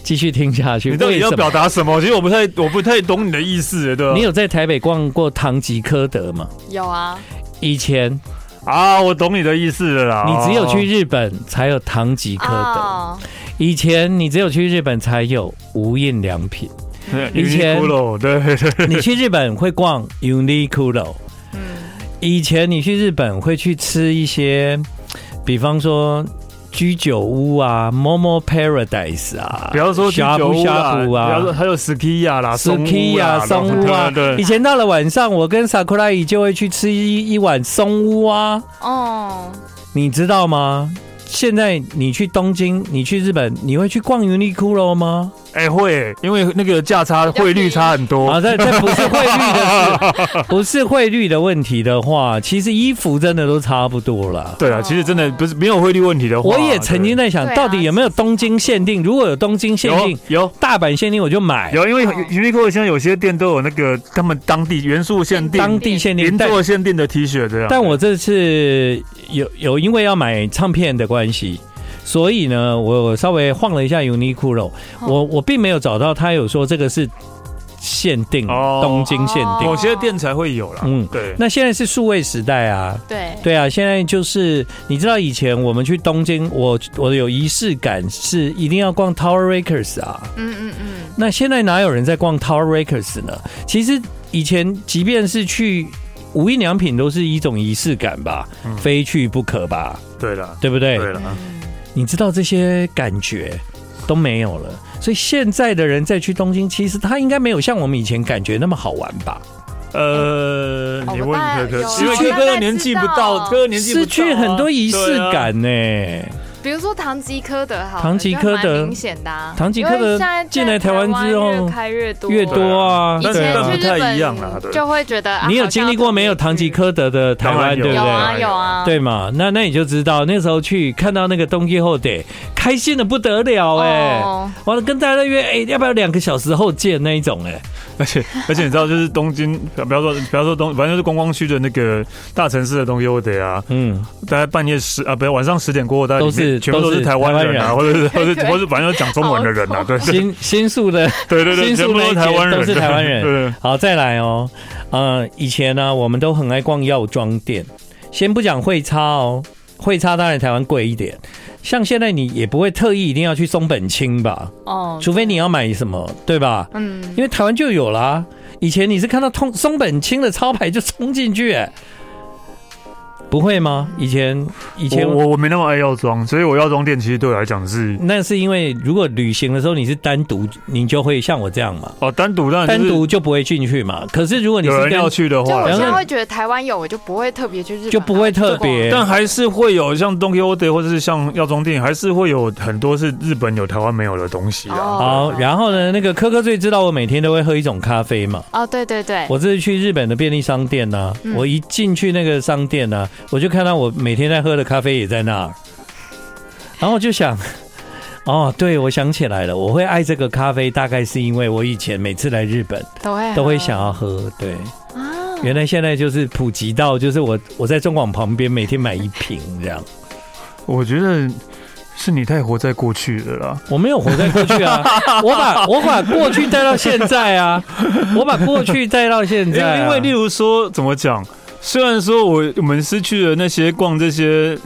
[SPEAKER 5] 继续听下去。
[SPEAKER 6] 你到底
[SPEAKER 5] 为
[SPEAKER 6] 要
[SPEAKER 5] 什
[SPEAKER 6] 表
[SPEAKER 5] 么？
[SPEAKER 6] 达什么？其实我不太我不太懂你的意思欸，对吧
[SPEAKER 5] 你？有在台北逛过唐吉诃德吗？
[SPEAKER 8] 有啊，
[SPEAKER 5] 以前
[SPEAKER 6] 啊，我懂你的意思了啦。
[SPEAKER 5] 你只有去
[SPEAKER 6] 哦
[SPEAKER 5] 日本才有唐吉诃德，
[SPEAKER 8] 哦，
[SPEAKER 5] 以前你只有去日本才有无印良品，
[SPEAKER 6] 对
[SPEAKER 5] 以前啊
[SPEAKER 6] Uniqlo，对对 对
[SPEAKER 5] 你去日本会逛 Uniqlo。
[SPEAKER 8] 嗯，
[SPEAKER 5] 以前你去日本会去吃一些，比方说居酒屋啊、Momo Paradise 啊，
[SPEAKER 6] 不要说居酒
[SPEAKER 5] 呷哺
[SPEAKER 6] 屋啦，
[SPEAKER 5] 呷哺
[SPEAKER 6] 不要说
[SPEAKER 5] 啊。
[SPEAKER 6] 还有 ski 呀啦
[SPEAKER 5] Suki 啊，松屋啊，
[SPEAKER 6] 对
[SPEAKER 5] 以
[SPEAKER 6] 对，
[SPEAKER 5] 前到了晚上，我跟 Sakura 姨就会去吃一一碗松屋啊，
[SPEAKER 8] 哦，
[SPEAKER 5] 你知道吗？现在你去东京，你去日本，你会去逛 Uniqlo 吗？
[SPEAKER 6] 哎、会，因为那个价差
[SPEAKER 8] 比较
[SPEAKER 6] 汇率差很
[SPEAKER 5] 啊，
[SPEAKER 6] 多。
[SPEAKER 5] 这这不是汇率的 事，不是汇率的问题的话，其实衣服真的都差不多了。
[SPEAKER 6] 对啊，其实真的不是没有汇率问题的话，
[SPEAKER 5] 我也曾经在想，
[SPEAKER 8] 对啊
[SPEAKER 5] 到底有没有东京限定？如果有东京限
[SPEAKER 6] 有
[SPEAKER 5] 定、
[SPEAKER 6] 有
[SPEAKER 5] 大阪限定，我就买。
[SPEAKER 6] 有，因为
[SPEAKER 8] 哦
[SPEAKER 6] Uniqlo 现在有些店都有那个他们当地元素限定、
[SPEAKER 5] 当地限定，
[SPEAKER 6] 银
[SPEAKER 5] 但
[SPEAKER 6] 座限定的 T 恤这样。
[SPEAKER 5] 但我这次有有因为要买唱片的关系，所以呢，我稍微晃了一下 Uniqlo，、我
[SPEAKER 8] 哦
[SPEAKER 5] 我并没有找到他有说这个是限定、
[SPEAKER 6] 哦
[SPEAKER 5] 东京限定。
[SPEAKER 6] 某些店才会有啦。
[SPEAKER 5] 嗯
[SPEAKER 6] 嗯，对。
[SPEAKER 5] 那现在是数位时代啊，
[SPEAKER 8] 对，
[SPEAKER 5] 对啊，现在就是你知道以前我们去东京，我我有仪式感是一定要逛 Tower Records 啊，
[SPEAKER 8] 嗯嗯嗯，
[SPEAKER 5] 那现在哪有人在逛 Tower Records 呢？其实以前即便是去无印良品，都是一种仪式感吧，
[SPEAKER 6] 嗯
[SPEAKER 5] 非去不可吧，
[SPEAKER 6] 对了，
[SPEAKER 5] 对不对？
[SPEAKER 6] 对了，
[SPEAKER 5] 你知道这些感觉都没有了，所以现在的人再去东京，其实他应该没有像我们以前感觉那么好玩吧？
[SPEAKER 6] 呃，
[SPEAKER 5] 哦
[SPEAKER 6] 你问可可
[SPEAKER 8] 有，
[SPEAKER 6] 因为
[SPEAKER 5] 失去
[SPEAKER 6] 哥哥年纪不到，哥哥年纪不
[SPEAKER 5] 失
[SPEAKER 6] 到啊啊
[SPEAKER 5] 去很多仪式。感呢、
[SPEAKER 8] 比如说唐吉诃德好了，
[SPEAKER 5] 唐吉诃德
[SPEAKER 8] 就蛮明显的啊，
[SPEAKER 5] 唐吉诃德
[SPEAKER 8] 因为现在在
[SPEAKER 5] 进来台
[SPEAKER 8] 台
[SPEAKER 5] 湾之后
[SPEAKER 8] 越开越多，
[SPEAKER 5] 越多啊，
[SPEAKER 8] 以
[SPEAKER 6] 但是
[SPEAKER 5] 对
[SPEAKER 8] 前
[SPEAKER 5] 啊
[SPEAKER 8] 去
[SPEAKER 6] 但
[SPEAKER 8] 日
[SPEAKER 6] 不太
[SPEAKER 8] 本
[SPEAKER 6] 一样啦对
[SPEAKER 8] 就会觉得啊
[SPEAKER 5] 你有经历过没有？唐吉诃德的台湾，对
[SPEAKER 6] 德
[SPEAKER 5] 不
[SPEAKER 8] 德
[SPEAKER 5] 对？
[SPEAKER 8] 有啊
[SPEAKER 6] 对
[SPEAKER 8] 有啊，
[SPEAKER 5] 对嘛？那那你就知道，那时候去看到那个东西后得开心的不得了哎、
[SPEAKER 8] 哦
[SPEAKER 5] 完了跟大家约哎、要不要两个小时后见那一种哎、
[SPEAKER 6] 而且而且你知道，就是东京，不要说不要说东，反正就是观光区的那个大城市的东优得啊，
[SPEAKER 5] 嗯，
[SPEAKER 6] 大概半夜十啊，不要晚上十点过后，大概
[SPEAKER 5] 都
[SPEAKER 6] 里面
[SPEAKER 5] 是
[SPEAKER 6] 全部
[SPEAKER 5] 都
[SPEAKER 6] 都
[SPEAKER 5] 是
[SPEAKER 6] 是台湾人啊，
[SPEAKER 5] 台
[SPEAKER 6] 或者是或者是
[SPEAKER 8] 对
[SPEAKER 6] 或者是反正讲中文的人啊，对对
[SPEAKER 5] 哦 新新宿的
[SPEAKER 6] 对对对，
[SPEAKER 5] 新
[SPEAKER 6] 全
[SPEAKER 5] 宿
[SPEAKER 6] 部
[SPEAKER 5] 那
[SPEAKER 6] 都是
[SPEAKER 5] 一
[SPEAKER 6] 台湾
[SPEAKER 5] 节
[SPEAKER 6] 人，
[SPEAKER 5] 都是台湾人。
[SPEAKER 6] 对，
[SPEAKER 5] 好，再来哦。呃，以前呢、我们都很爱逛药妆店，先不讲汇差哦，汇差当然台湾贵一点。像现在你也不会特意一定要去松本清吧，
[SPEAKER 8] 哦
[SPEAKER 5] 除非你要买什么，对吧？
[SPEAKER 8] 嗯
[SPEAKER 5] 因为台湾就有啦、以前你是看到通松本清的招牌就冲进去、哎，不会吗？以前以前
[SPEAKER 6] 我我我没那么爱药妆，所以我药妆店其实对我来讲是
[SPEAKER 5] 那是因为如果旅行的时候你是单独，你就会像我这样嘛，
[SPEAKER 6] 哦单独，但
[SPEAKER 5] 单独就不会进去嘛。可是如果你
[SPEAKER 6] 有
[SPEAKER 5] 是
[SPEAKER 6] 人
[SPEAKER 5] 跟
[SPEAKER 6] 要去啊的
[SPEAKER 8] 就
[SPEAKER 6] 话
[SPEAKER 8] 我
[SPEAKER 5] 然
[SPEAKER 8] 现
[SPEAKER 5] 后
[SPEAKER 8] 在会觉得台湾有，我就不会特别去日本，啊
[SPEAKER 5] 就不会特别，
[SPEAKER 6] 但还是会有像东 o d 或者是像药妆店，还是会有很多是日本有台湾没有的东西啊。
[SPEAKER 5] 好。然后呢，那个科科最知道我每天都会喝一种咖啡嘛。
[SPEAKER 8] 哦，对对对，
[SPEAKER 5] 我这次去日本的便利商店呢、
[SPEAKER 8] 嗯
[SPEAKER 5] 我一进去那个商店呢、我就看到我每天在喝的咖啡也在那儿，然后我就想， 哦，对，我想起来了，我会爱这个咖啡，大概是因为我以前每次来日本
[SPEAKER 8] 都会
[SPEAKER 5] 都会想要喝，对，
[SPEAKER 8] 啊，
[SPEAKER 5] 原来现在就是普及到，就是我我在中广旁边每天买一瓶这样，
[SPEAKER 6] 我觉得是你太活在过去了啦。
[SPEAKER 5] 我没有活在过去 啊，我把我把过去带到现在啊，我把过去带到现
[SPEAKER 6] 因
[SPEAKER 5] 在啊、
[SPEAKER 6] 为因为例如说怎么讲，虽然说我我们失去了那些逛这些。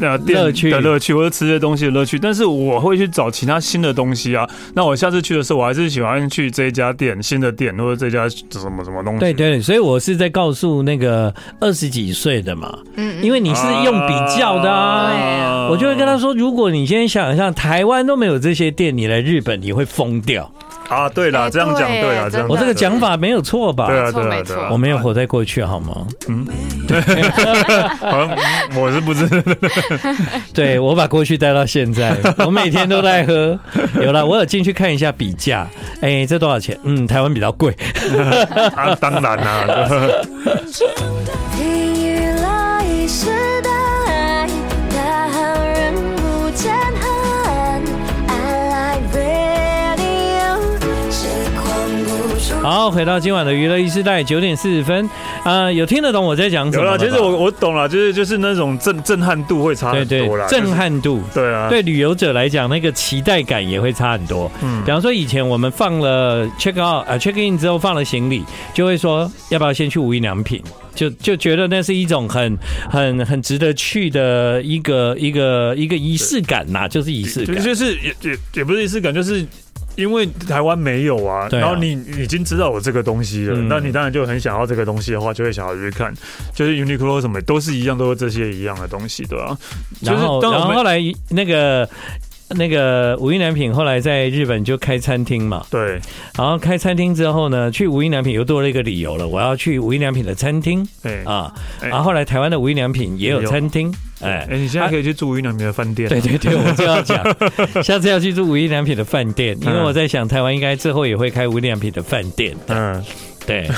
[SPEAKER 6] 呃，店
[SPEAKER 5] 乐趣
[SPEAKER 6] 的乐趣，或者吃这些东西的乐趣，但是我会去找其他新的东西啊。那我下次去的时候，我还是喜欢去这一家店、新的店，或者这家什么什么东西。
[SPEAKER 5] 对对，所以我是在告诉那个二十几岁的嘛，
[SPEAKER 8] 嗯
[SPEAKER 5] 因为你
[SPEAKER 6] 你
[SPEAKER 5] 是用比较的啊。我就会跟他说，如果你今天想象台湾都没有这些店，你来日本你会疯掉。
[SPEAKER 6] 啊，对啦，
[SPEAKER 8] 哎
[SPEAKER 6] 这样讲
[SPEAKER 8] 对
[SPEAKER 6] 对啦，
[SPEAKER 8] 真
[SPEAKER 6] 这样
[SPEAKER 8] 的
[SPEAKER 5] 我这个讲法没有错吧？
[SPEAKER 6] 对啊，
[SPEAKER 8] 错
[SPEAKER 6] 对啊
[SPEAKER 8] 没
[SPEAKER 6] 对
[SPEAKER 8] 错
[SPEAKER 6] 啊，
[SPEAKER 5] 我没有活在过去，好吗？
[SPEAKER 6] 好 像嗯我是 不知
[SPEAKER 5] 对我把过去带到现 在，我每天都在喝。有了，我有进去看一下比价，哎，这多少钱？嗯，台湾比较贵。
[SPEAKER 6] 啊，当然啊啦、
[SPEAKER 7] 给予了一世的爱，大好人不见恨。I like radio，时光不住。
[SPEAKER 5] 好，回到今晚的娱乐一时代，九点四十分。啊，有听得懂我在讲什
[SPEAKER 6] 有
[SPEAKER 5] 么
[SPEAKER 6] 啦，
[SPEAKER 5] 了吧？
[SPEAKER 6] 其实我我懂了，就是就是那种震震撼度会差
[SPEAKER 5] 对
[SPEAKER 6] 很
[SPEAKER 5] 对
[SPEAKER 6] 多啦，
[SPEAKER 5] 震，撼度。
[SPEAKER 6] 就是对啊，
[SPEAKER 5] 对旅游者来讲，那个期待感也会差很多。
[SPEAKER 6] 嗯
[SPEAKER 5] 比方说，以前我们放了 check out 啊、check in 之后放了行李，就会说要不要先去无印良品，就就觉得那是一种很很很值得去的一个一个一个仪式感呐、就是仪式
[SPEAKER 6] 就
[SPEAKER 5] 感。
[SPEAKER 6] 就是也也也不是仪式感，就是。因为台湾没有啊，
[SPEAKER 5] 对啊
[SPEAKER 6] 然后你已经知道有这个东西了，
[SPEAKER 5] 嗯
[SPEAKER 6] 那你当然就很想要这个东西的话，就会想要去看，就是 Uniqlo 什么都是一样，都是这些一样的东西，对吧、啊？就是
[SPEAKER 5] 然后
[SPEAKER 6] 当
[SPEAKER 5] 然
[SPEAKER 6] 我
[SPEAKER 5] 后
[SPEAKER 6] 们
[SPEAKER 5] 后来那个那个无印良品后来在日本就开餐厅嘛，
[SPEAKER 6] 对，
[SPEAKER 5] 然后开餐厅之后呢，去无印良品又多了一个理由了，我要去无印良品的餐厅
[SPEAKER 6] 哎
[SPEAKER 5] 啊。
[SPEAKER 6] 哎
[SPEAKER 5] 然后后来台湾的无印良品也有餐厅，哎
[SPEAKER 6] 哎，，你现在可以去住云南米的饭店，啊
[SPEAKER 5] 对对对，我就要讲，下次要去住无印良品的饭店，因为我在想台湾应该之后也会开无印良品的饭店。
[SPEAKER 6] 嗯，
[SPEAKER 5] 对，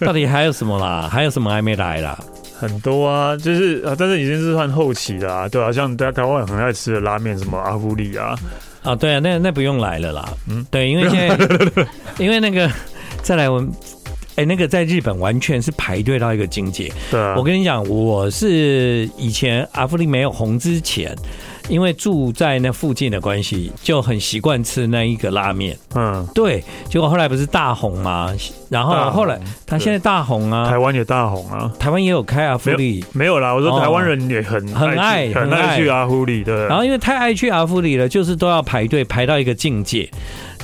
[SPEAKER 5] 到底还有什么啦？还有什么还没来啦？
[SPEAKER 6] 很多啊，就是啊，但是已经是算后期的啊，对啊，像大家台湾很爱吃的拉面，什么阿芙利啊，
[SPEAKER 5] 啊，对啊，那那不用来了啦。嗯，对，因为现在因为那个再来我们。哎、那个在日本完全是排队到一个境界。
[SPEAKER 6] 对啊，
[SPEAKER 5] 我跟你讲，我是以前阿芙利没有红之前，因为住在那附近的关系，就很习惯吃那一个拉面。
[SPEAKER 6] 嗯，
[SPEAKER 5] 对，结果后来不是大红嘛，然
[SPEAKER 6] 大
[SPEAKER 5] 后
[SPEAKER 6] 红
[SPEAKER 5] 后来他现在大红啊
[SPEAKER 6] 台，湾也大红啊，
[SPEAKER 5] 台湾也有开阿芙利，
[SPEAKER 6] 没有啦，我说台湾人也很
[SPEAKER 5] 哦很爱
[SPEAKER 6] 去很
[SPEAKER 5] 很
[SPEAKER 6] 爱
[SPEAKER 5] 爱
[SPEAKER 6] 去阿芙利，对，
[SPEAKER 5] 然后因为太爱去阿芙里了，就是都要排队排到一个境界。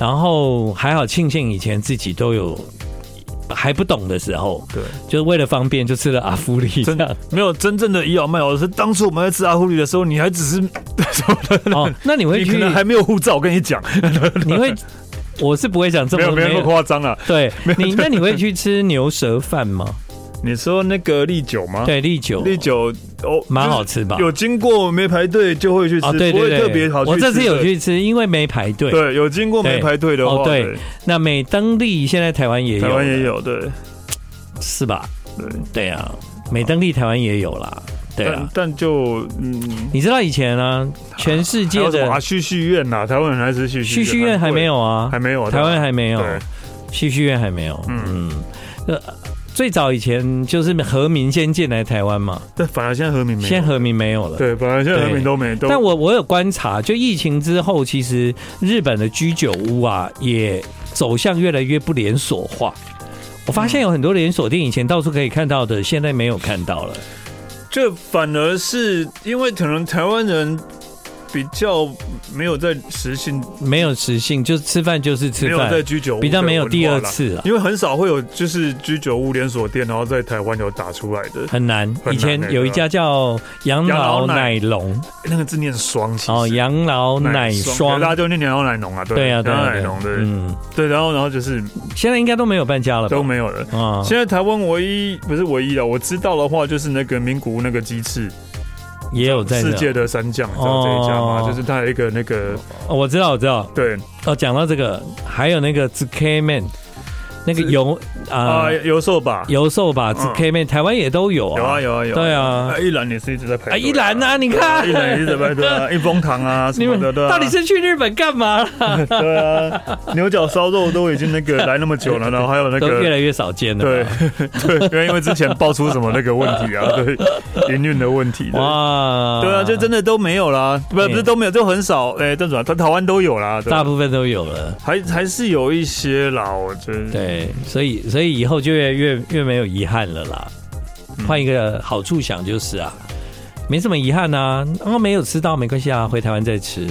[SPEAKER 5] 然后还好庆幸以前自己都有还不懂的时候，
[SPEAKER 6] 对，
[SPEAKER 5] 就是为了方便就吃了阿芙里。
[SPEAKER 6] 真的没有真正的倚老卖老，是当初我们在吃阿芙利的时候，你还只是
[SPEAKER 5] 哦，那你会
[SPEAKER 6] 你
[SPEAKER 5] 去？
[SPEAKER 6] 可能还没有护照，我跟你讲，
[SPEAKER 5] 你会？我是不会讲这
[SPEAKER 6] 没
[SPEAKER 5] 么
[SPEAKER 6] 有没有那么夸张啊。
[SPEAKER 5] 对你，那你会去吃牛舌饭吗？
[SPEAKER 6] 你说那个利酒吗？，
[SPEAKER 5] 对，利酒，
[SPEAKER 6] 利啊酒哦，
[SPEAKER 5] 蛮好吃吧
[SPEAKER 6] 就是有经过没排队就会去吃，
[SPEAKER 5] 哦，对
[SPEAKER 6] 不
[SPEAKER 5] 对对，
[SPEAKER 6] 会特别好去吃。
[SPEAKER 5] 我这次有。去吃，因为没排队。
[SPEAKER 6] 对，有经过没排队的话，
[SPEAKER 5] 哦对，那美登利现在台湾也有，
[SPEAKER 6] 台湾也有，对
[SPEAKER 5] 是吧？
[SPEAKER 6] 对。
[SPEAKER 5] 对啊，美登利台湾也有啦。对啊
[SPEAKER 6] 但，但就嗯，
[SPEAKER 5] 你知道以前啊，全世
[SPEAKER 6] 还
[SPEAKER 5] 界
[SPEAKER 6] 有什么啊？
[SPEAKER 5] 的
[SPEAKER 6] 旭旭苑呐，台湾人还是旭
[SPEAKER 5] 旭旭苑
[SPEAKER 6] 苑，
[SPEAKER 5] 还没，有啊
[SPEAKER 6] 还，没有啊，
[SPEAKER 5] 台湾还没有，
[SPEAKER 6] 对
[SPEAKER 5] 旭旭苑还没有。嗯，呃，最早以前就是和民先进来台湾嘛，
[SPEAKER 6] 但反而现在和民没有，
[SPEAKER 5] 现在和民没有了。
[SPEAKER 6] 对，反而现在和民
[SPEAKER 5] 对
[SPEAKER 6] 都没，都
[SPEAKER 5] 但我我有观察，就疫情之后，其实日本的居酒屋啊，也走向越来越不连锁化。我发
[SPEAKER 6] 嗯
[SPEAKER 5] 现有很多连锁店以前到处可以看到的，现在没有看到了。
[SPEAKER 6] 这反而是因为可能台湾人比较没有在实行，
[SPEAKER 5] 没有实性，就吃饭就是
[SPEAKER 6] 没
[SPEAKER 5] 吃
[SPEAKER 6] 有
[SPEAKER 5] 饭，
[SPEAKER 6] 在居酒屋
[SPEAKER 5] 比较没有
[SPEAKER 6] 的文
[SPEAKER 5] 第
[SPEAKER 6] 化
[SPEAKER 5] 二
[SPEAKER 6] 啦，
[SPEAKER 5] 次了，
[SPEAKER 6] 因为很少会有就是居酒屋连锁店，然后在台湾有打出来的
[SPEAKER 5] 很难。
[SPEAKER 6] 很难
[SPEAKER 5] 以前
[SPEAKER 6] 欸
[SPEAKER 5] 有一家叫养老奶龙，
[SPEAKER 6] 哎那个字念双，其实
[SPEAKER 5] 哦，养老奶
[SPEAKER 6] 可
[SPEAKER 5] 霜
[SPEAKER 6] 是大，家就念羊肉奶农啊，对
[SPEAKER 5] 对啊，对
[SPEAKER 6] 羊肉
[SPEAKER 5] 啊，
[SPEAKER 6] 奶
[SPEAKER 5] 对
[SPEAKER 6] 农
[SPEAKER 5] 啊，
[SPEAKER 6] 对、
[SPEAKER 5] 嗯，
[SPEAKER 6] 对，然后然后就是
[SPEAKER 5] 现在应该都没有搬家了吧
[SPEAKER 6] 都？没有了。
[SPEAKER 5] 啊，
[SPEAKER 6] 现在台湾唯一不是唯一的，我知道的话就是那个名古屋那个鸡翅，
[SPEAKER 5] 也有在
[SPEAKER 6] 世
[SPEAKER 5] 那。
[SPEAKER 6] 界的三将，你知道这一家吗？
[SPEAKER 5] 哦
[SPEAKER 6] 就是它有一个那个
[SPEAKER 5] 哦我知道，我知道。
[SPEAKER 6] 对
[SPEAKER 5] 哦，讲到这个，还有那个 z k Man，那个油啊
[SPEAKER 6] 啊，油寿吧，
[SPEAKER 5] 油寿吧 z k Man，台湾也都有
[SPEAKER 6] 有啊
[SPEAKER 5] 啊。
[SPEAKER 6] 有啊有
[SPEAKER 5] 对啊
[SPEAKER 6] 啊，一兰也是一直在排队、
[SPEAKER 5] 啊，依然啊，你看
[SPEAKER 6] 一，兰也是一直在排 队、啊，一风堂啊什
[SPEAKER 5] 你
[SPEAKER 6] 么
[SPEAKER 5] 们
[SPEAKER 6] 的，对啊，
[SPEAKER 5] 到底是去日本干嘛啦？
[SPEAKER 6] 对 啊，牛角烧肉都已经那个来那么久了，然后还有那
[SPEAKER 5] 都越
[SPEAKER 6] 个。
[SPEAKER 5] 来越少见了吧。
[SPEAKER 6] 对 对，因为因为之前爆出什么那个问 题啊，对营运的问题，对
[SPEAKER 5] 哇，
[SPEAKER 6] 对啊，就真的都没有啦，不不是都没有，就很少，哎，邓主任，他台湾都有啦，对
[SPEAKER 5] 大部分都有了。
[SPEAKER 6] 还还是有一些啦，我觉得，
[SPEAKER 5] 对，所以所以以后就越越越没有遗憾了啦。
[SPEAKER 6] 嗯
[SPEAKER 5] 换一个好处想就是啊，没什么遗憾啊，哦，没有吃到没关系啊，回台湾再吃。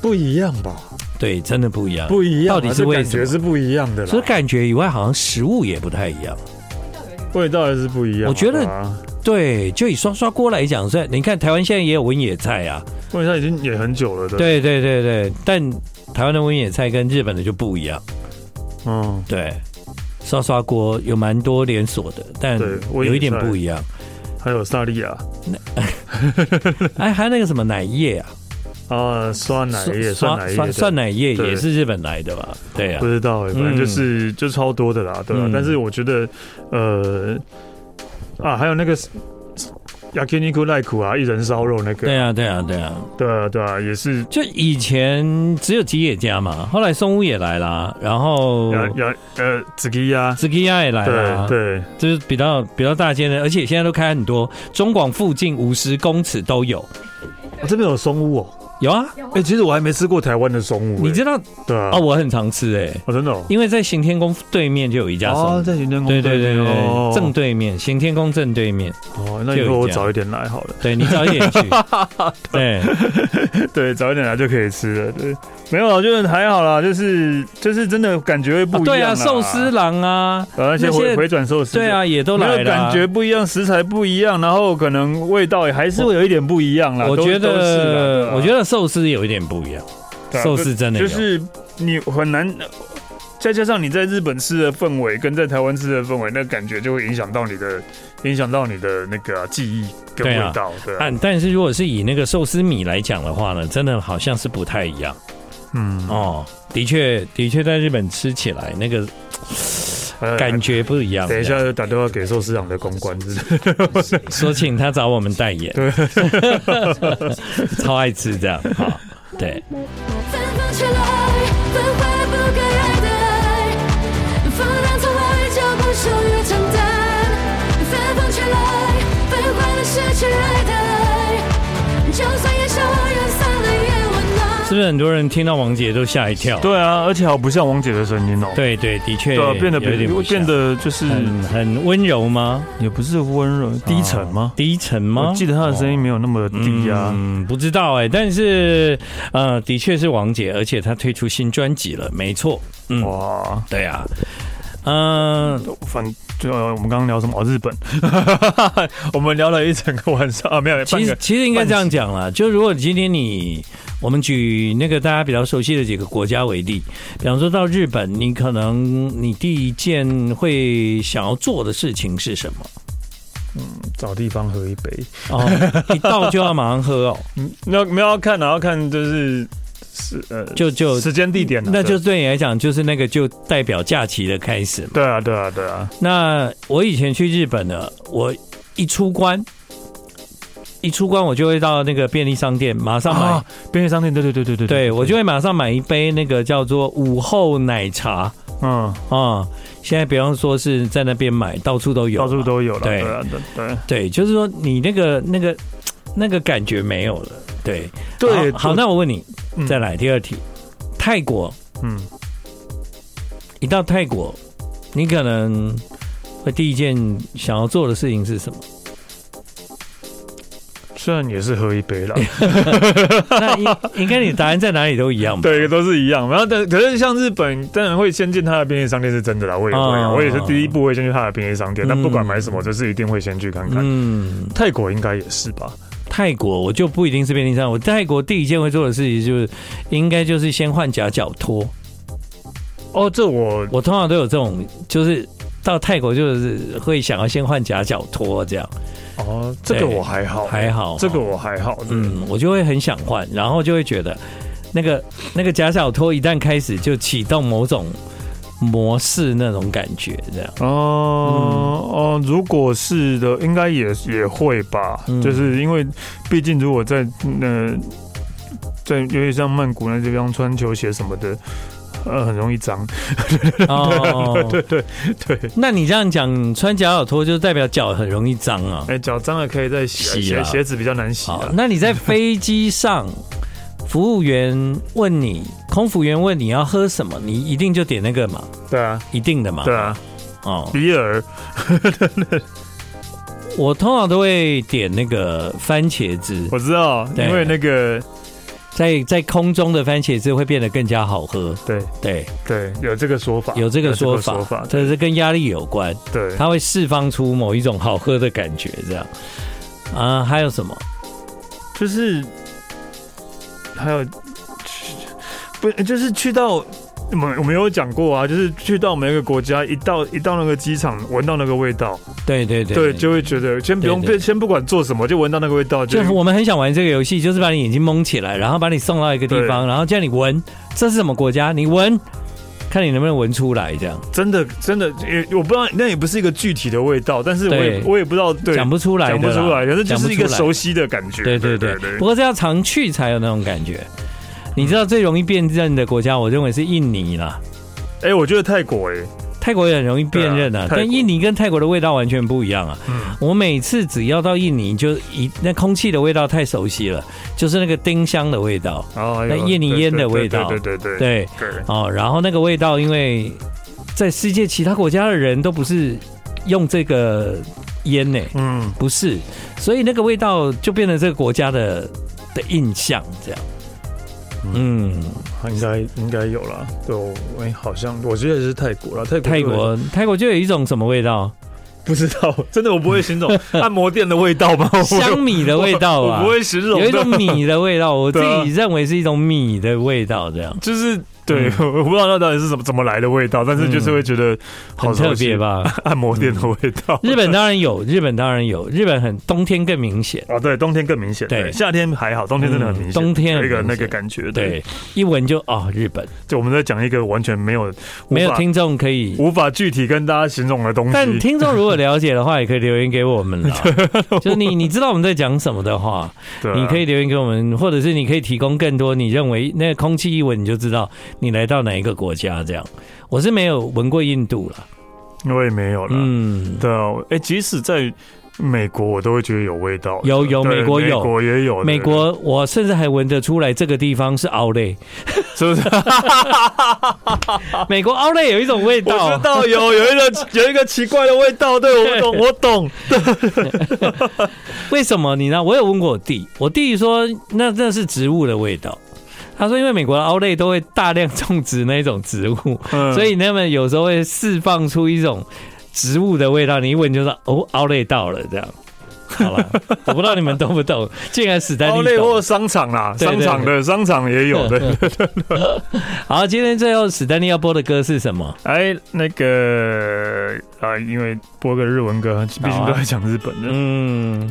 [SPEAKER 6] 不一样吧，
[SPEAKER 5] 对，真的不一样，
[SPEAKER 6] 不一样
[SPEAKER 5] 到
[SPEAKER 6] 啊，
[SPEAKER 5] 底是
[SPEAKER 6] 这
[SPEAKER 5] 为
[SPEAKER 6] 感
[SPEAKER 5] 什
[SPEAKER 6] 觉
[SPEAKER 5] 么？
[SPEAKER 6] 是不一样的
[SPEAKER 5] 除了
[SPEAKER 6] 啦，
[SPEAKER 5] 感觉以外，好像食物也不太一样。
[SPEAKER 6] 味道还是不一样啊，
[SPEAKER 5] 我觉得
[SPEAKER 6] 对啊
[SPEAKER 5] 对，就以刷刷锅来讲，算你看台湾现在也有温野菜啊，
[SPEAKER 6] 味道已经也很久了的，，
[SPEAKER 5] 对对对对，但台湾的温野菜跟日本的就不一样。
[SPEAKER 6] 嗯，
[SPEAKER 5] 对，刷刷锅有蛮多连锁的，但
[SPEAKER 6] 对温野
[SPEAKER 5] 有一点
[SPEAKER 6] 菜
[SPEAKER 5] 不一 样。
[SPEAKER 6] 还有萨莉亚
[SPEAKER 5] 哎，还有那个什么奶叶啊，
[SPEAKER 6] 啊，酸奶液，
[SPEAKER 5] 酸
[SPEAKER 6] 酸奶液，
[SPEAKER 5] 酸
[SPEAKER 6] 对
[SPEAKER 5] 酸奶液
[SPEAKER 6] 对
[SPEAKER 5] 也是日本来的吧？对啊
[SPEAKER 6] 不，知道哎、反正
[SPEAKER 5] 嗯
[SPEAKER 6] 就是、就超多的啦，对吧、
[SPEAKER 5] 嗯
[SPEAKER 6] 但是我觉得，呃，啊，还有那个 yakiniku 奈苦啊，一人烧肉那个，
[SPEAKER 5] 对啊，对啊，对啊。
[SPEAKER 6] 对啊，对啊，也是
[SPEAKER 5] 就以前只有吉野家嘛，后来松屋也来啦，然后
[SPEAKER 6] 呀呀呃，紫吉呀，
[SPEAKER 5] z i 亚也来
[SPEAKER 6] 对
[SPEAKER 5] 啦，，
[SPEAKER 6] 对，啊
[SPEAKER 5] 就是比较比较大间的，而且现在都开很多，中广附近五十公尺都有，
[SPEAKER 6] 我这边有松屋哦、
[SPEAKER 5] 有啊。
[SPEAKER 4] 有
[SPEAKER 6] 哎、其实我还没吃过台湾的松屋、
[SPEAKER 5] 你知
[SPEAKER 6] 这
[SPEAKER 5] 道
[SPEAKER 6] 对啊，
[SPEAKER 5] 哦，
[SPEAKER 6] 哦，
[SPEAKER 5] 我很常吃哎、
[SPEAKER 6] 真的、哦，
[SPEAKER 5] 因为在行天宫对面就有一家松
[SPEAKER 6] 哦，
[SPEAKER 5] 屋。
[SPEAKER 6] 在行天宫
[SPEAKER 5] 对对对对
[SPEAKER 6] 面哦
[SPEAKER 5] 对，正对面，行天宫正对面。
[SPEAKER 6] 哦，那以
[SPEAKER 5] 就
[SPEAKER 6] 后
[SPEAKER 5] 有
[SPEAKER 6] 我
[SPEAKER 5] 一家
[SPEAKER 6] 早一点来好了，
[SPEAKER 5] 对你早一点去，对，啊
[SPEAKER 6] 对，早一点来就可以吃了，对，没有，啊就是还好啦，就是就是真的感觉会不
[SPEAKER 5] 啊
[SPEAKER 6] 一样、
[SPEAKER 5] 对啊，寿司，郎啊，
[SPEAKER 6] 呃，那些
[SPEAKER 5] 那
[SPEAKER 6] 回
[SPEAKER 5] 些
[SPEAKER 6] 回转寿司，
[SPEAKER 5] 对啊，也都
[SPEAKER 6] 没
[SPEAKER 5] 来
[SPEAKER 6] 有
[SPEAKER 5] 了啊、
[SPEAKER 6] 感觉不一样，食材不一样，然后可能味道也还是会有一点不一样啦。
[SPEAKER 5] 我
[SPEAKER 6] 都
[SPEAKER 5] 觉
[SPEAKER 6] 都是啦对
[SPEAKER 5] 得
[SPEAKER 6] 啊，
[SPEAKER 5] 我觉得寿司有一点不一样，
[SPEAKER 6] 对啊
[SPEAKER 5] 寿司真的有
[SPEAKER 6] 就是你很难，呃再加上你在日本吃的氛围跟在台湾吃的氛围，那感觉就会影响到你的，影响到你的那个啊、记忆跟
[SPEAKER 5] 对啊
[SPEAKER 6] 味道，对啊
[SPEAKER 5] 但但是如果是以那个寿司米来讲的话呢，真的好像是不太一样
[SPEAKER 6] 嗯，
[SPEAKER 5] 哦。的确，的确，在日本吃起来那个
[SPEAKER 6] 呃
[SPEAKER 5] 感。觉啊不一样。
[SPEAKER 6] 等一下，就打电话给寿司长的公关，是不是
[SPEAKER 5] 说请他找我们代言， 超爱吃这样哈。对，
[SPEAKER 7] 放放起来，分怀不该爱的爱，放荡从来就不属于承担。放放起来，分怀了失去爱的爱，就算夜烧人散了也温暖。
[SPEAKER 5] 是不是很多人听到王杰都吓一跳？
[SPEAKER 6] 对啊，而且好不像王姐的声音哦、
[SPEAKER 5] 对对，的确
[SPEAKER 6] 对啊，变得
[SPEAKER 5] 有点不
[SPEAKER 6] 比
[SPEAKER 5] 像
[SPEAKER 6] 变得就是
[SPEAKER 5] 很很温柔吗？
[SPEAKER 6] 也不是温柔低沉吗？
[SPEAKER 5] 低沉吗
[SPEAKER 6] 我？记得她的声音没有那么低啊。
[SPEAKER 5] 嗯，不知道哎、但是呃，的确是王杰，而且他推出新专辑了，没错。嗯，
[SPEAKER 6] 哇，
[SPEAKER 5] 对啊，嗯、
[SPEAKER 6] 反就呃我们刚刚聊什么？哦日 本，我们聊了一整个晚上啊，没有半
[SPEAKER 5] 其实
[SPEAKER 6] 个。
[SPEAKER 5] 其实应该这样讲啦，就如果今天你，我们举那个大家比较熟悉的几个国家为例，比方说到日本，你可能你第一件会想要做的事情是什么？
[SPEAKER 6] 找地方喝一杯。
[SPEAKER 5] 哦，一到就要马上喝哦，
[SPEAKER 6] 嗯，那没有要看，然后看就是是呃，
[SPEAKER 5] 就就
[SPEAKER 6] 时间地点啊，
[SPEAKER 5] 那就
[SPEAKER 6] 对
[SPEAKER 5] 对你来讲就是那个就代表假期的开始嘛。
[SPEAKER 6] 对啊，对啊，对啊，
[SPEAKER 5] 那我以前去日本呢，我一出关，一出关我就会到那个便利商店，马上买，
[SPEAKER 6] 啊，便利商店，对对对对对，
[SPEAKER 5] 对我就会马上买一杯那个叫做午后奶茶
[SPEAKER 6] 嗯，
[SPEAKER 5] 啊、现在不用说是在那边买，到处都有嘛，
[SPEAKER 6] 到处都有了，
[SPEAKER 5] 对
[SPEAKER 6] 对啊，对
[SPEAKER 5] 对，就是说你那个那个那个感觉没有了，对
[SPEAKER 6] 对
[SPEAKER 5] 好好，
[SPEAKER 6] 就
[SPEAKER 5] 那我问你，
[SPEAKER 6] 嗯
[SPEAKER 5] 再来第二题，泰国
[SPEAKER 6] 嗯，
[SPEAKER 5] 一到泰国，你可能会第一件想要做的事情是 什么？
[SPEAKER 6] 虽然也是喝一 杯啦，
[SPEAKER 5] 那应应该你答案在哪里都一样吧？
[SPEAKER 6] 对，都是一样。然后但可是像日本，当然会先进他的便利商店是真的啦，我也会啊，
[SPEAKER 5] 啊
[SPEAKER 6] 我也是第一步会先去他的便利商店，
[SPEAKER 5] 嗯
[SPEAKER 6] 但不管买什么，就是一定会先去看看。
[SPEAKER 5] 嗯，
[SPEAKER 6] 泰国应该也是吧？
[SPEAKER 5] 泰国我就不一定是便利商店，我泰国第一件会做的事情就是，应该就是先换夹脚拖。
[SPEAKER 6] 哦，这我
[SPEAKER 5] 我通常都有这种，就是到泰国就是会想要先换夹脚拖这样，
[SPEAKER 6] 哦，这个
[SPEAKER 5] 对
[SPEAKER 6] 我还好，
[SPEAKER 5] 还好
[SPEAKER 6] 这个我还好，嗯，
[SPEAKER 5] 嗯，我就会很想换，然后就会觉得那个那个夹脚拖一旦开始就启动某种模式那种感觉这 样。
[SPEAKER 6] 哦哦，如果是的，应该也也会吧，
[SPEAKER 5] 嗯
[SPEAKER 6] 就是因为毕竟如果在呃，在尤其像曼谷那地方穿球鞋什么的，呃，很容易脏。
[SPEAKER 5] 哦，
[SPEAKER 6] 对对对，
[SPEAKER 5] 那你这样讲，穿夹脚拖就代表脚很容易脏啊。
[SPEAKER 6] 哎，脚脏了可以再洗啊，
[SPEAKER 5] 洗
[SPEAKER 6] 鞋
[SPEAKER 5] 啊
[SPEAKER 6] 鞋子比较难洗
[SPEAKER 5] 好，
[SPEAKER 6] 啊。
[SPEAKER 5] 那你在飞机上，服务员问你，空服员问你要喝什么，你一定就点那个嘛，
[SPEAKER 6] 对啊，
[SPEAKER 5] 一定的嘛。
[SPEAKER 6] 对。啊，
[SPEAKER 5] 哦，
[SPEAKER 6] 比尔
[SPEAKER 5] 我通常都会点那个番茄汁，
[SPEAKER 6] 我知道，
[SPEAKER 5] 对
[SPEAKER 6] 因为那个
[SPEAKER 5] 在在空中的番茄汁会变得更加好喝。
[SPEAKER 6] 对
[SPEAKER 5] 对，
[SPEAKER 6] 对有这个说法，
[SPEAKER 5] 有这个说
[SPEAKER 6] 有这个
[SPEAKER 5] 法，这是跟压力有关，
[SPEAKER 6] 对，
[SPEAKER 5] 它会释放出某一种好喝的感觉，这样。啊，还有什么？
[SPEAKER 6] 就是还有不就是去到。我们我们有讲过啊，就是去到每一个国家，一到一到那个机场，闻到那个味道，
[SPEAKER 5] 对对对，
[SPEAKER 6] 对，就会觉得先不用
[SPEAKER 5] 对对
[SPEAKER 6] 别，先不管做什么，就闻到那个味道，
[SPEAKER 5] 就我们很想玩这个游戏，就是把你眼睛蒙起来，然后把你送到一个地方，然后叫你闻这是什么国家，你闻，看你能不能闻出来，这样
[SPEAKER 6] 真的真的也我不知道，那也不是一个具体的味道，但是我也
[SPEAKER 5] 对
[SPEAKER 6] 我也不知道，对，
[SPEAKER 5] 讲不出来的
[SPEAKER 6] 讲
[SPEAKER 5] 啦，
[SPEAKER 6] 不出来，可是就
[SPEAKER 5] 讲不
[SPEAKER 6] 是一个
[SPEAKER 5] 出来
[SPEAKER 6] 熟悉的感觉。
[SPEAKER 5] 对对对不过这要常去才有那种感觉。你知道最容易辨认的国家，我认为是印尼啦，
[SPEAKER 6] 哎、我觉得泰国哎、
[SPEAKER 5] 泰国也很容易辨认
[SPEAKER 6] 对
[SPEAKER 5] 啊
[SPEAKER 6] 啊，泰国
[SPEAKER 5] 但印尼跟泰国的味道完全不一样啊。
[SPEAKER 6] 嗯，
[SPEAKER 5] 我每次只要到印尼，就一那空气的味道太熟悉了，就是那个丁香的味道，
[SPEAKER 6] 哦，
[SPEAKER 5] 那
[SPEAKER 6] 有
[SPEAKER 5] 印尼
[SPEAKER 6] 对
[SPEAKER 5] 烟的
[SPEAKER 6] 对对
[SPEAKER 5] 味道
[SPEAKER 6] 对对对对
[SPEAKER 5] 对。
[SPEAKER 6] 对
[SPEAKER 5] 哦，然后那个味道，因为在世界其他国家的人都不是用这个烟呢、
[SPEAKER 6] 嗯，
[SPEAKER 5] 不是，所以那个味道就变成这个国家的的印象这样。嗯，
[SPEAKER 6] 啊应该应该有啦。对，我哎、好像我觉得是泰国啦，泰国
[SPEAKER 5] 泰国泰国就有一种什么味道？
[SPEAKER 6] 不知道，真的我不会形 容按摩店的味道吗？ 我
[SPEAKER 5] 香米的味道
[SPEAKER 6] 我
[SPEAKER 5] 啊
[SPEAKER 6] 不，会形容
[SPEAKER 5] 有
[SPEAKER 6] 的，
[SPEAKER 5] 一种米的味道，我自
[SPEAKER 6] 对啊
[SPEAKER 5] 己认为是一种米的味道，这样
[SPEAKER 6] 就是对，
[SPEAKER 5] 嗯
[SPEAKER 6] 我不知道那到底是怎么怎么来的味道，但是就是会觉得 好
[SPEAKER 5] 很特别
[SPEAKER 6] 吧？
[SPEAKER 5] 吧？嗯
[SPEAKER 6] 按摩店的味道，
[SPEAKER 5] 日本当然有，日本当然有，日本很冬天更明显。
[SPEAKER 6] 哦，对，冬天更明显，
[SPEAKER 5] 对
[SPEAKER 6] 夏天还好，冬天真的很明显，
[SPEAKER 5] 嗯冬天
[SPEAKER 6] 有
[SPEAKER 5] 很
[SPEAKER 6] 一个
[SPEAKER 5] 明
[SPEAKER 6] 那个
[SPEAKER 5] 显
[SPEAKER 6] 感觉，对，
[SPEAKER 5] 对，一闻就哦，日本
[SPEAKER 6] 就我们在讲一个完全没有
[SPEAKER 5] 没
[SPEAKER 6] 无
[SPEAKER 5] 有
[SPEAKER 6] 法
[SPEAKER 5] 听众可以，
[SPEAKER 6] 无法具体跟大家形容的东西，
[SPEAKER 5] 但听众如果了解的话，也可以留言给我们 啦。就你你知道我们在讲什么的话，
[SPEAKER 6] 对啊
[SPEAKER 5] 你可以留言给我们，或者是你可以提供更多你认为那个空气一闻你就知道你来到哪一个国家这样。我是没有闻过印度了，
[SPEAKER 6] 我也没有了，
[SPEAKER 5] 嗯，
[SPEAKER 6] 对啊，哎、即使在美国，我都会觉得有味道的，
[SPEAKER 5] 有有
[SPEAKER 6] 对
[SPEAKER 5] 美国有
[SPEAKER 6] 美国也有，
[SPEAKER 5] 美国我甚至还闻得出来这个地方是奥莱，
[SPEAKER 6] 是不是？
[SPEAKER 5] 美国奥莱有一种味
[SPEAKER 6] 啊我
[SPEAKER 5] 道
[SPEAKER 6] 知，道有有一 个有一个奇怪的味道，对我懂我懂，
[SPEAKER 5] 为什么你呢？我有问过我弟，我弟说那那是植物的味道。他说，因为美国的奥类都会大量种植那种植物，
[SPEAKER 6] 嗯
[SPEAKER 5] 所以他们有时候会释放出一种植物的味道，你一闻就知道哦，奥类到了这样。好 了，我不知道你们懂不懂，竟然史丹
[SPEAKER 6] 奥
[SPEAKER 5] 利
[SPEAKER 6] 莱
[SPEAKER 5] 懂
[SPEAKER 6] 或。商场啦，
[SPEAKER 5] 对
[SPEAKER 6] 商
[SPEAKER 5] 对
[SPEAKER 6] 场的商场也有的。对
[SPEAKER 5] 好，今天最后史丹利要播的歌是什么？
[SPEAKER 6] 哎，那个啊，因为播个日文歌，毕竟都在讲日本的。
[SPEAKER 5] 嗯，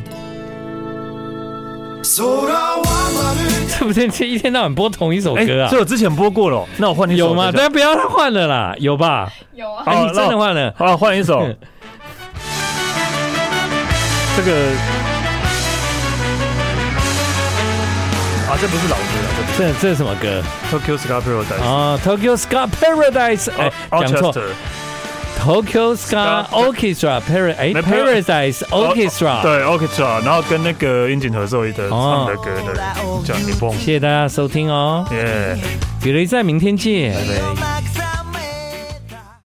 [SPEAKER 5] 对不对？这一天到晚播同一首歌啊
[SPEAKER 6] 哎所以？我之前播过了哦，那我换一首哦
[SPEAKER 5] 有吗？
[SPEAKER 6] 等一
[SPEAKER 5] 对，
[SPEAKER 6] 下
[SPEAKER 5] 不要换了啦，有吧？
[SPEAKER 4] 有啊，
[SPEAKER 5] 哎，
[SPEAKER 6] 好
[SPEAKER 5] 你真的换 了。
[SPEAKER 6] 好了，换一 首这个。啊，这不是老歌啊，这不是
[SPEAKER 5] 这这是什么歌？
[SPEAKER 6] Tokyo Scarpero 的。
[SPEAKER 5] 哦，Tokyo Ska Paradise，哎，
[SPEAKER 6] 哦
[SPEAKER 5] 讲错
[SPEAKER 6] Orchestra
[SPEAKER 5] ，Tokyo Ska
[SPEAKER 6] Ska-
[SPEAKER 5] Orchestra Paradise，哎
[SPEAKER 6] 没
[SPEAKER 5] ，Paradise Orchestra，
[SPEAKER 6] 哦对 Orchestra，然后跟那个樱井和寿一的唱的歌的叫你蹦，
[SPEAKER 5] 谢谢大家收听哦，
[SPEAKER 6] 耶。
[SPEAKER 5] 比雷在明天见。
[SPEAKER 7] 「